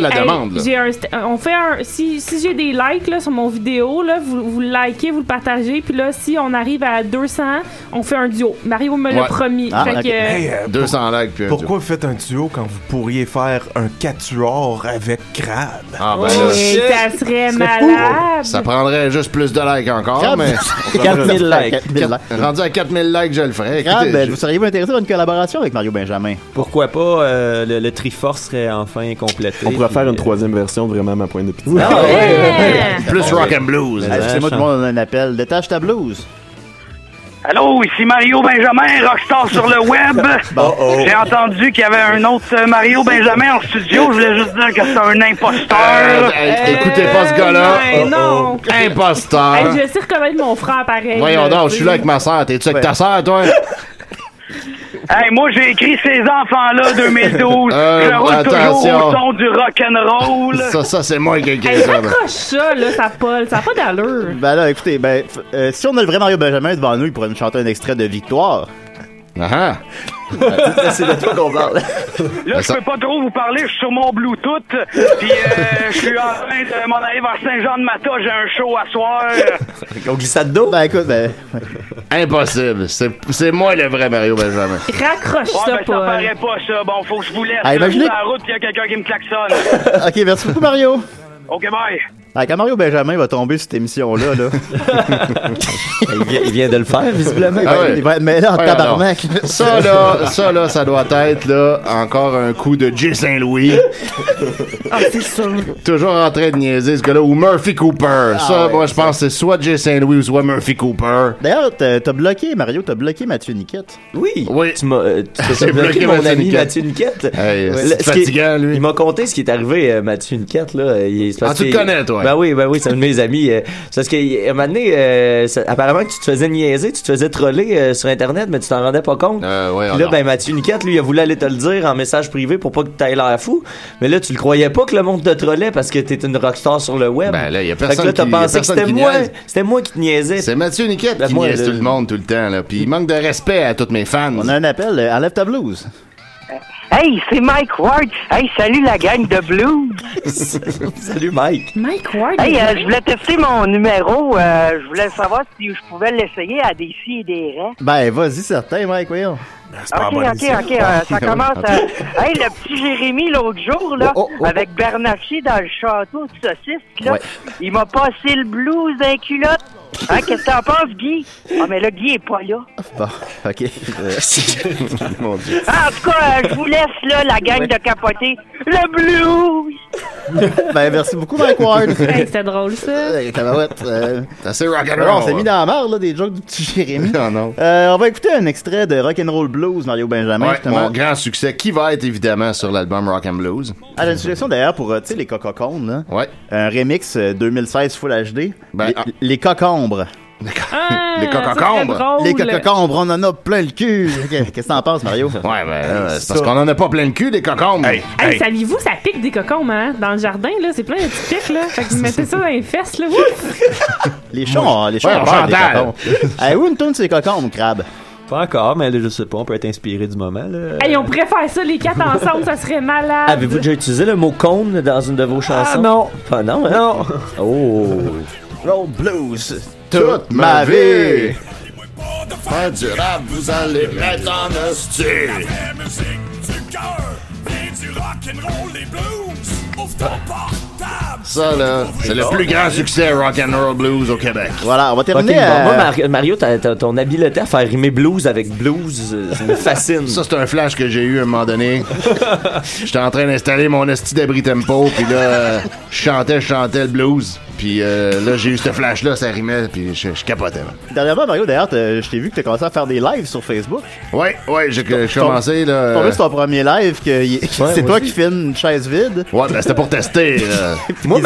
Speaker 7: hey, j'ai un st- on fait un, si, si j'ai des likes là, sur mon vidéo, là, vous, vous le likez, vous le partagez. Puis là, si on arrive à 200, on fait un duo. Mario me l'a
Speaker 11: Ouais.
Speaker 7: promis.
Speaker 6: Ah,
Speaker 7: fait que,
Speaker 11: Hey, euh,
Speaker 6: 200 likes.
Speaker 11: Pourquoi vous faites un duo quand vous pourriez faire un quatuor avec Crab?
Speaker 6: Ah,
Speaker 7: ben là, Oui, ça serait
Speaker 11: oh, fou.
Speaker 7: malade.
Speaker 6: Ça prendrait juste plus de likes encore,
Speaker 5: Crab-
Speaker 9: [LAUGHS]
Speaker 6: mais.
Speaker 5: 4000 likes. 4000 likes.
Speaker 6: Quatre- Rendu à 4000 likes, je le ferais.
Speaker 5: Crab,
Speaker 9: Ah,
Speaker 6: Écoutez,
Speaker 5: ben,
Speaker 6: je-
Speaker 5: vous seriez-vous intéressé à une collaboration avec Mario Benjamin?
Speaker 10: Pourquoi pas euh, le, le Triforce serait enfin complété.
Speaker 8: On pourrait
Speaker 10: puis,
Speaker 8: faire
Speaker 10: euh,
Speaker 8: une
Speaker 10: [LAUGHS]
Speaker 8: troisième version de vraiment ma pointe de pizza.
Speaker 5: Ah, ouais.
Speaker 10: Ouais.
Speaker 6: Plus rock and blues.
Speaker 5: Ah, Excusez-moi, tout le monde a un appel. Détache ta blouse.
Speaker 12: Allô, ici Mario Benjamin, rockstar sur le web. J'ai entendu qu'il y avait un autre euh, Mario Benjamin en studio. Je voulais juste dire que c'est un imposteur.
Speaker 6: Euh,
Speaker 7: Euh,
Speaker 6: Écoutez pas ce gars-là. Oh, Imposteur.
Speaker 7: Hey, je vais essayer de reconnaître mon frère pareil.
Speaker 6: Ah. Voyons
Speaker 7: là,
Speaker 6: donc,
Speaker 7: tu
Speaker 6: je suis
Speaker 7: sais.
Speaker 6: là avec ma soeur. T'es-tu avec ta soeur, toi?
Speaker 12: [LAUGHS] Hey, moi, j'ai écrit
Speaker 6: [LAUGHS]
Speaker 12: Ces enfants-là 2012.
Speaker 6: Euh,
Speaker 12: je roule toujours
Speaker 6: attention.
Speaker 12: au son du rock'n'roll.
Speaker 6: Ça, ça, c'est moi qui ai écrit
Speaker 7: Hey,
Speaker 6: ça. là.
Speaker 7: raccroche ça, là, ça pole. Ça n'a pas d'allure.
Speaker 5: Ben là, écoutez, ben, f- euh, si on a le vrai Mario Benjamin devant nous, il pourrait nous chanter un extrait de Victoire.
Speaker 6: Ah
Speaker 5: C'est de toi qu'on parle.
Speaker 12: Là, je peux pas trop vous parler, je suis sur mon Bluetooth, puis euh, je suis en train de m'en aller vers Saint-Jean-de-Mata, j'ai un show à soir.
Speaker 5: On glissade d'eau? Ben écoute, ben.
Speaker 6: [LAUGHS] Impossible. C'est c'est moi le vrai Mario Benjamin.
Speaker 7: Raccroche
Speaker 12: ouais,
Speaker 7: ça, hein.
Speaker 12: ben,
Speaker 7: Paul.
Speaker 12: ça paraît pas, ça. Bon, faut que je vous laisse.
Speaker 5: Ah,
Speaker 12: là, je
Speaker 5: imaginez-
Speaker 12: suis sur la route, puis il y a quelqu'un qui me klaxonne.
Speaker 5: [LAUGHS] ok, merci beaucoup, Mario.
Speaker 12: OK, bye.
Speaker 5: Ah, quand Mario Benjamin va tomber sur cette émission-là, là.
Speaker 9: [LAUGHS] il, vient, il vient de le faire,
Speaker 6: [LAUGHS]
Speaker 9: visiblement.
Speaker 5: Ah ouais. Il va être mêlé en
Speaker 6: Ouais,
Speaker 5: tabarnak.
Speaker 6: alors. [LAUGHS] Ça là, ça là, ça doit être là encore un coup de J. Saint-Louis.
Speaker 7: Ah, c'est sûr.
Speaker 6: Toujours en train de niaiser ce gars-là ou Murphy Cooper.
Speaker 5: Ah
Speaker 6: ça,
Speaker 5: ouais,
Speaker 6: moi, je pense que c'est soit J. Saint-Louis ou soit Murphy Cooper.
Speaker 5: D'ailleurs, t'as t'as bloqué, Mario, t'as bloqué Mathieu Niquette.
Speaker 9: Oui.
Speaker 6: Oui.
Speaker 9: Tu [LAUGHS] m'as
Speaker 6: [LAUGHS]
Speaker 9: euh, tu t'as
Speaker 5: J'ai bloqué
Speaker 9: bloqué mon
Speaker 5: Mathieu
Speaker 9: ami
Speaker 5: Niquette.
Speaker 9: Mathieu Niquette. [LAUGHS]
Speaker 5: Hey,
Speaker 9: Ouais,
Speaker 5: c'est
Speaker 9: là, ce qui est-
Speaker 6: lui.
Speaker 9: Il m'a conté ce qui est arrivé, euh, Mathieu Niquette. Là. Il, c'est parce
Speaker 5: Ah, tu
Speaker 9: que-
Speaker 5: le connais, toi.
Speaker 9: Ben oui, ben oui, c'est un de mes amis. euh, c'est parce qu'à un moment donné, euh, ça- apparemment que tu te faisais niaiser, tu te faisais troller euh, sur Internet, mais tu t'en rendais pas compte. Puis là,
Speaker 6: alors.
Speaker 9: ben, Mathieu Niquette, lui, il a voulu aller te le dire en message privé pour pas que tu ailles l'air fou. Mais là, tu le croyais pas que le monde te trollait parce que t'es une rockstar sur le web. Ben
Speaker 6: là, il y a
Speaker 9: fait que là,
Speaker 6: personne
Speaker 9: t'as
Speaker 6: qui-
Speaker 9: pensé que
Speaker 6: personne
Speaker 9: c'était
Speaker 6: qui
Speaker 9: moi.
Speaker 6: niaise.
Speaker 9: C'était moi qui te niaisais.
Speaker 6: C'est Mathieu Niquette
Speaker 9: Ben,
Speaker 6: qui
Speaker 9: moi,
Speaker 6: niaise
Speaker 9: là-
Speaker 6: tout le monde tout le temps. Là. Puis il manque de respect à tous mes fans. On
Speaker 5: a un appel. euh, Enlève ta blouse.
Speaker 16: Hey, c'est Mike Ward. Hey, salut la gang de Blues.
Speaker 9: salut Mike.
Speaker 7: Mike Ward.
Speaker 16: Hey,
Speaker 7: il
Speaker 16: euh,
Speaker 7: est
Speaker 16: je voulais tester mon numéro. euh, je voulais savoir si je pouvais l'essayer à des filles et des rats.
Speaker 5: Ben, vas-y, certain, Mike, voyons.
Speaker 6: Ben,
Speaker 5: Ah,
Speaker 16: Ok, ok, ok, euh,
Speaker 5: [LAUGHS]
Speaker 6: [LAUGHS]
Speaker 16: ça commence. euh, hey, le petit Jérémy l'autre jour, là, avec Bernacchi dans le château de saucisse, là,
Speaker 5: Ouais.
Speaker 16: il m'a passé le blues d'un culotte. Hein, qu'est-ce que t'en penses, Guy? Ah, mais là, Guy est pas là.
Speaker 5: Bon, ok. Euh, [LAUGHS] Mon Dieu.
Speaker 16: Ah, en tout cas, euh, je vous laisse, là, la gang de capoter. Le blues!
Speaker 5: ben, merci beaucoup, Mike Ward.
Speaker 7: Hey, c'était drôle, ça.
Speaker 5: Hey, tabarouette, euh,
Speaker 6: C'est assez rock'n'roll. hein.
Speaker 5: on s'est mis dans la merde, là, des jokes du petit Jérémy.
Speaker 6: [LAUGHS] Non, non.
Speaker 5: Euh, on va écouter un extrait de Rock'n'Roll Blues, Mario Benjamin,
Speaker 6: Ouais,
Speaker 5: Ah, justement.
Speaker 6: mon grand succès qui va être évidemment sur l'album Rock and Blues.
Speaker 5: Ah, j'ai une suggestion d'ailleurs pour, euh, tu sais, les cococombres, là.
Speaker 6: Ouais.
Speaker 5: Un remix euh, 2016 Full HD. les, les cocombres.
Speaker 6: Ben, ah. [LAUGHS] Les cococombres. Ah, ça,
Speaker 5: Les
Speaker 6: c'est drôle.
Speaker 5: cococombres, on en a plein le cul. Ok, [LAUGHS] Qu'est-ce que t'en penses, Mario? Ah, Ouais,
Speaker 6: ben, euh, c'est parce qu'on en a pas plein le cul des cocombres.
Speaker 7: Hey, saviez-vous, ça pique des cocombes, hein? Dans le jardin, là, c'est plein de petits pics, là. Fait que vous mettez ça dans les fesses, là. Ouf!
Speaker 5: Les chats, ont- les chats
Speaker 10: Ouais,
Speaker 5: ont peur des
Speaker 10: Chantal.
Speaker 5: cocombres. hey, où une tourne ces cocombres, crabe?
Speaker 10: Pas encore, mais là, je sais pas, on peut être inspiré du moment. Là.
Speaker 7: Hey, on pourrait faire ça, les quatre ensemble, ça serait malade.
Speaker 9: Avez-vous déjà utilisé le mot cône dans une de vos chansons?
Speaker 7: Ah, non.
Speaker 9: Ah non, hein?
Speaker 7: Non.
Speaker 9: Oh.
Speaker 5: Roll blues.
Speaker 6: Toute ma vie. Faire du rap, vous allez mettre en hostie. Ça, là, c'est le plus grand succès rock'n'roll blues au Québec.
Speaker 5: Voilà, on va euh,
Speaker 9: Ok, bon, moi, Mar- Mario, t'as- t'as- ton habileté à faire rimer blues avec blues, euh, ça me fascine.
Speaker 6: Ça, c'est un flash que j'ai eu à un moment donné. J'étais en train d'installer mon esti d'abri tempo, puis là, euh, je chantais, je chantais le blues. Puis euh, là, j'ai eu ce flash-là, ça rimait, puis je, je capotais. man.
Speaker 5: Dernièrement, Mario, d'ailleurs, t'as- je t'ai vu que t'as commencé à faire des lives sur Facebook.
Speaker 6: Ouais, ouais, j'ai que- j'ai commencé, là.
Speaker 5: Ton- ton- ton premier live, que y- [LAUGHS] c'est
Speaker 6: moi
Speaker 5: toi
Speaker 6: aussi.
Speaker 5: qui filme une chaise vide.
Speaker 6: Ouais, ben c'était pour tester.
Speaker 5: Euh, Moi,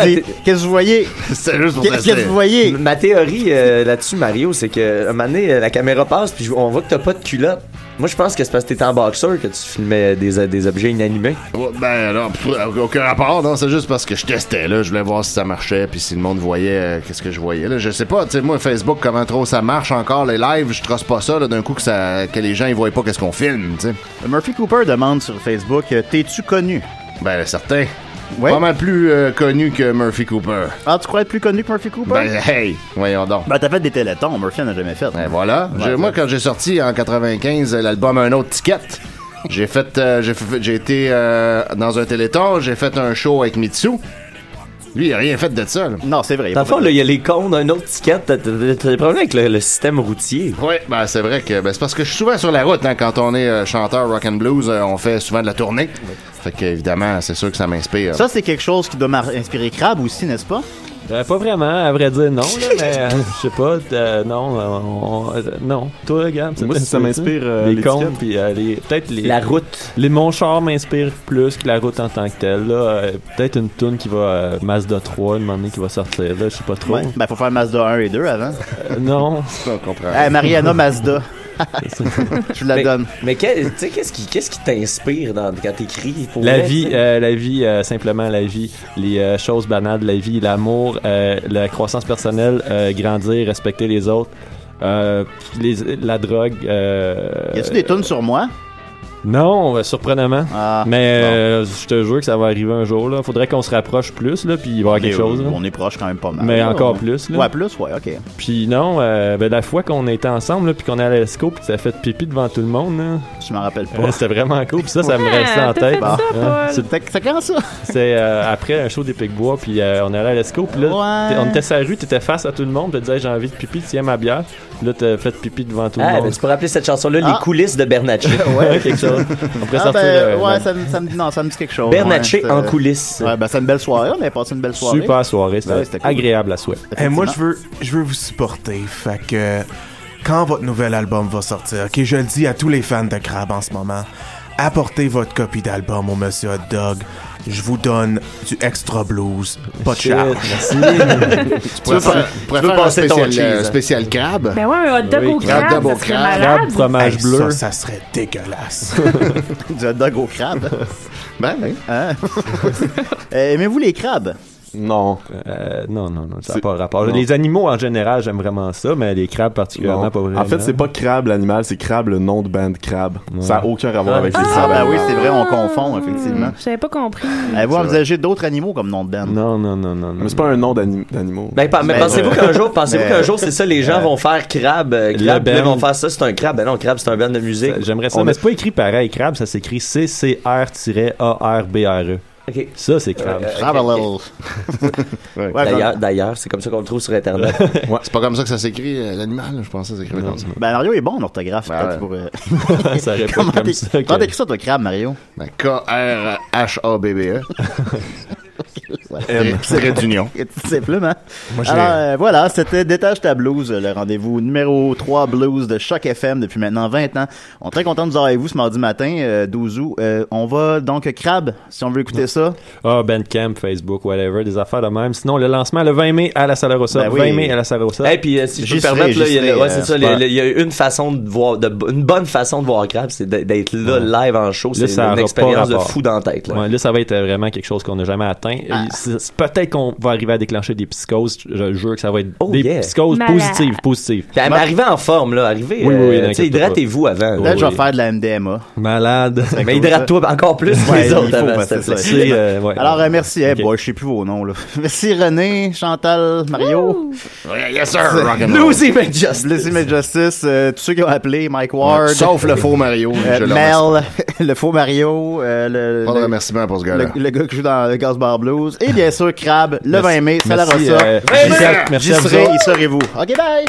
Speaker 5: qu'est-ce que
Speaker 6: [LAUGHS]
Speaker 5: vous voyez?
Speaker 6: C'était ben, juste pour
Speaker 9: Qu'est-ce
Speaker 6: tester.
Speaker 9: que vous voyez? Ma théorie euh, là-dessus, Mario, c'est que à un moment donné, euh, la caméra passe, puis je- on voit que t'as pas de culotte. Moi, je pense que c'est parce que t'étais en boxeur que tu filmais euh, des, des objets inanimés.
Speaker 6: Ouais, ben non, pff, aucun rapport, non, c'est juste parce que je testais, là, je voulais voir si ça marchait, puis si le monde voyait euh, qu'est-ce que je voyais, là, je sais pas, tu sais, moi, Facebook, comment trop ça marche encore, les lives, je trosse pas ça, là, d'un coup, que, ça, que les gens, ils voient pas qu'est-ce qu'on filme, tu sais.
Speaker 5: Murphy Cooper demande sur Facebook, euh, t'es-tu connu?
Speaker 6: Ben, certain. Pas mal plus euh, connu que Murphy Cooper.
Speaker 5: Ah, tu crois être plus connu que Murphy Cooper?
Speaker 6: Ben, hey, voyons donc.
Speaker 5: Ben, t'as fait des télétons, Murphy en a jamais fait.
Speaker 6: Ben, voilà. J'ai- moi, quand j'ai sorti en 95 euh, l'album Un autre
Speaker 5: [LAUGHS]
Speaker 6: ticket, j'ai fait, euh, j'ai fait- j'ai été euh, dans un téléthon, j'ai fait un show avec Mitsu. Lui, il a rien fait de ça.
Speaker 5: Non, c'est vrai.
Speaker 9: Dans le fond, là, il y a les cons, un autre ticket. T'as t'as- t'as des problèmes avec le, le système routier.
Speaker 6: Ouais, ben c'est vrai que ben, c'est parce que je suis souvent sur la route hein, quand on est euh, chanteur rock and blues, euh, on fait souvent de la tournée. Fait que évidemment, c'est sûr que ça m'inspire.
Speaker 5: Ça, c'est quelque chose qui doit m'ar- inspirer Crabbe aussi, n'est-ce pas?
Speaker 10: Euh, pas vraiment, à vrai dire, non, là,
Speaker 5: [LAUGHS]
Speaker 10: mais euh, je sais pas, euh, non, euh, on- euh, non. Toi, regarde,
Speaker 8: Moi, ça m'inspire, euh,
Speaker 10: les
Speaker 8: l'étiquette.
Speaker 10: comptes, puis euh, les- peut-être les.
Speaker 8: La
Speaker 10: route. Les mon char m'inspire plus que la route en tant que telle, là. Euh, peut-être une tune qui va, euh, Mazda 3, une année qui va sortir, là, je sais pas trop. Euh,
Speaker 5: Ouais. Ben, faut faire Mazda 1 et 2 avant.
Speaker 10: non.
Speaker 6: Ça, on comprend.
Speaker 5: Eh, Mariana
Speaker 10: [LAUGHS]
Speaker 5: Mazda. Je la
Speaker 9: mais,
Speaker 5: donne.
Speaker 9: Mais que- tu sais, qu'est-ce qui qu'est-ce qui t'inspire dans- quand t'écris? pour
Speaker 10: La
Speaker 9: vrai,
Speaker 10: vie,
Speaker 9: tu sais?
Speaker 10: euh, la vie, euh, simplement la vie, les euh, choses banales de la vie, l'amour, euh, la croissance personnelle, euh, grandir, respecter les autres, euh, les- la drogue. Euh,
Speaker 5: Y a-tu des Ah, tunes sur moi?
Speaker 10: Non, euh, surprenamment. Mais euh, je te jure que ça va arriver un jour. Là. Faudrait qu'on se rapproche plus, là, puis il va y avoir
Speaker 5: Mais
Speaker 10: quelque chose. là.
Speaker 5: On est proche quand même pas mal.
Speaker 10: Mais
Speaker 5: là,
Speaker 10: encore
Speaker 5: on-
Speaker 10: plus. Là.
Speaker 5: Ah, Ouais, plus, ouais, ok.
Speaker 10: Puis non, euh, ben, la fois qu'on était ensemble, là, puis qu'on est allé à l'ESCO, puis que ça a fait pipi devant tout le monde. Là.
Speaker 5: Je m'en rappelle
Speaker 10: pas. C'était vraiment cool, puis ça, ça me restait en tête.
Speaker 5: Bon.
Speaker 10: Hein? C'est-
Speaker 5: C'est quand ça?
Speaker 10: c'est euh, après un show des Pic-Bois, puis euh, on allait à l'Esco, puis là,
Speaker 5: Ouais.
Speaker 10: t'es- on était sur la rue, t'étais face à tout le monde, tu disais j'ai envie de pipi, tiens ma bière, Puis là t'as fait pipi devant tout le
Speaker 9: Ah,
Speaker 10: monde.
Speaker 9: ben, tu pourrais appeler cette chanson-là
Speaker 10: Ah.
Speaker 9: Les coulisses de Bernatchez.
Speaker 5: [LAUGHS]
Speaker 10: Ouais, quelque chose. On pourrait
Speaker 5: Ah,
Speaker 10: sortir,
Speaker 5: ben,
Speaker 10: euh,
Speaker 5: ouais,
Speaker 10: la-
Speaker 5: ça me, ça me- non, ça me dit quelque chose.
Speaker 10: Bernatchez
Speaker 5: ouais, c'est-
Speaker 10: en coulisses.
Speaker 5: Ouais, ben, c'est une belle soirée, on a passé une belle soirée.
Speaker 10: Super soirée, c'était
Speaker 5: Ben ouais, cool.
Speaker 10: agréable à souhait.
Speaker 11: Eh, moi, je veux, je veux vous supporter. Fait que quand votre nouvel album va sortir, ok, je le dis à tous les fans de Crab en ce moment, apportez votre copie d'album au Monsieur Hot Dog. Je vous donne du extra blues, pas de
Speaker 10: Shit,
Speaker 11: charge.
Speaker 10: merci.
Speaker 11: tu
Speaker 6: pourrais faire- tu pourrais faire un spécial, euh, spécial crabe?
Speaker 7: Ben ouais, un hot dog
Speaker 6: Oui,
Speaker 7: au
Speaker 6: crabe,
Speaker 7: crabe,
Speaker 6: dog
Speaker 7: ça
Speaker 6: au
Speaker 7: serait
Speaker 6: crabe.
Speaker 7: malade.
Speaker 6: Crabe, fromage
Speaker 11: Hey,
Speaker 6: bleu.
Speaker 11: Ça, ça serait dégueulasse.
Speaker 10: [LAUGHS]
Speaker 5: du hot dog au crabe.
Speaker 6: ben, oui.
Speaker 5: Hein? [LAUGHS] Euh, Aimez-vous les crabes?
Speaker 10: Non. Euh, non, non, non, ça n'a
Speaker 5: C'est-
Speaker 10: pas rapport.
Speaker 5: non.
Speaker 10: Les animaux en général, j'aime vraiment ça, mais les crabes particulièrement
Speaker 8: Non.
Speaker 10: pas vraiment.
Speaker 8: En fait, c'est pas crabe l'animal, c'est crabe le nom de band crabe. Ça n'a aucun rapport
Speaker 10: Ah,
Speaker 8: avec les
Speaker 10: ah,
Speaker 8: crabes. Ah.
Speaker 10: ben
Speaker 5: oui, c'est vrai, on confond, effectivement. Eh,
Speaker 7: J'avais pas compris.
Speaker 5: Avez-vous envisagé d'autres animaux comme nom de band?
Speaker 10: Non, non, non, non.
Speaker 8: Mais c'est pas un nom d'anim- d'animaux.
Speaker 9: Ben, pa- mais
Speaker 8: Ben,
Speaker 9: pensez-vous
Speaker 8: euh,
Speaker 9: qu'un jour, pensez-vous
Speaker 8: mais-
Speaker 9: qu'un jour, c'est ça, les gens vont faire crabe, euh, crabe,
Speaker 10: Le
Speaker 9: puis là, ils
Speaker 10: band.
Speaker 9: vont faire ça, c'est un crabe. Ben non, crabe, c'est un band de musique.
Speaker 10: J'aimerais ça, mais c'est pas écrit pareil, crabe, ça s'écrit C-C-R-A-R-B-R-E.
Speaker 9: Ok.
Speaker 10: E. Ça, c'est crabe.
Speaker 9: Euh, euh, Crabe a ok,
Speaker 6: Ouais.
Speaker 9: D'ailleurs,
Speaker 5: ben.
Speaker 9: d'ailleurs, c'est comme ça qu'on le trouve sur
Speaker 5: [LAUGHS]
Speaker 9: Internet.
Speaker 6: C'est pas comme ça que ça s'écrit, euh, l'animal, je pensais que ça s'écrivait comme ça. Ben
Speaker 5: Ben, Mario est bon en orthographe, peut-être, pour...
Speaker 6: [LAUGHS]
Speaker 5: euh,
Speaker 10: ça aurait pas
Speaker 5: Comment
Speaker 10: comme
Speaker 5: t'éc-
Speaker 10: ça que-
Speaker 5: Comment t'écris ça, toi, crabe, Mario?
Speaker 6: Ben,
Speaker 5: [LAUGHS]
Speaker 6: K-R-H-A-B-B-E. Trait- E. Trait d'union.
Speaker 5: Tout simplement.
Speaker 6: Moi, j'ai-
Speaker 5: Alors, euh, voilà, c'était Détache ta blouse, le rendez-vous numéro 3 blues de Choc FM depuis maintenant 20 ans. On est très content de vous avoir avec vous ce mardi matin, euh, 12 août. Euh, on va donc euh, crabe, si on veut écouter ça.
Speaker 10: Ah, Bandcamp, Facebook, whatever, des affaires de même. Sinon, le lancement le 20 mai à la Salle Rossa.
Speaker 9: Ben oui.
Speaker 10: 20 mai à hein, la Salle Rossa.
Speaker 9: Et puis, euh, si je peux me permettre, là, il y a,
Speaker 5: euh,
Speaker 9: ouais, c'est ça,
Speaker 10: euh,
Speaker 9: les-
Speaker 10: ben,
Speaker 9: les- il y a une façon de voir, de, une bonne façon de voir crabe, c'est d'être- d'être là, live en show. C'est une expérience de fou dans la tête, là. Ah.
Speaker 10: Là. Ouais, là, ça va être euh, vraiment quelque chose qu'on n'a jamais atteint. Et c'est- c'est- Peut-être qu'on va arriver à déclencher des psychoses. Je- Je jure que ça va être des
Speaker 9: Oh, yeah.
Speaker 10: psychoses
Speaker 9: Malade.
Speaker 10: positives, positives.
Speaker 9: Puis, mais arrivez en forme, là, arrivez.
Speaker 10: Oui, oui, oui,
Speaker 9: euh, tu sais,
Speaker 10: n'inquiète pas.
Speaker 9: hydratez-vous avant.
Speaker 10: Peut-être je vais faire
Speaker 5: de la MDMA.
Speaker 10: Malade.
Speaker 9: Mais hydrate-toi encore plus que
Speaker 5: Ouais,
Speaker 9: les
Speaker 5: il
Speaker 9: autres
Speaker 5: faut,
Speaker 9: avant,
Speaker 5: ben,
Speaker 9: s'il te
Speaker 5: c'est
Speaker 9: plaît.
Speaker 5: ça. Alors, euh, merci. Eh, boy, je sais plus vos noms, là. [LAUGHS] Merci René, Chantal, Mario.
Speaker 6: Oh, yes, sir,
Speaker 5: [LAUGHS]
Speaker 6: rock'n'roll.
Speaker 5: Lucy McJustice. Lucy McJustice, euh, tous ceux qui ont appelé, Mike Ward.
Speaker 6: Ouais, sauf le faux Mario,
Speaker 5: Euh,
Speaker 6: je le Oh,
Speaker 5: Mel, [LAUGHS] le faux Mario. euh, le,
Speaker 6: Pas de
Speaker 5: le-
Speaker 6: remerciements pour ce gars-là.
Speaker 5: Le, le gars qui joue dans le Gas Bar Blues. Et bien sûr, Crab, le 20 mai, c'est la
Speaker 6: Merci,
Speaker 5: Rossa.
Speaker 6: euh, Merci,
Speaker 5: J'y
Speaker 6: merci à vous
Speaker 5: serai,
Speaker 6: autres.
Speaker 5: y serez-vous. OK, bye!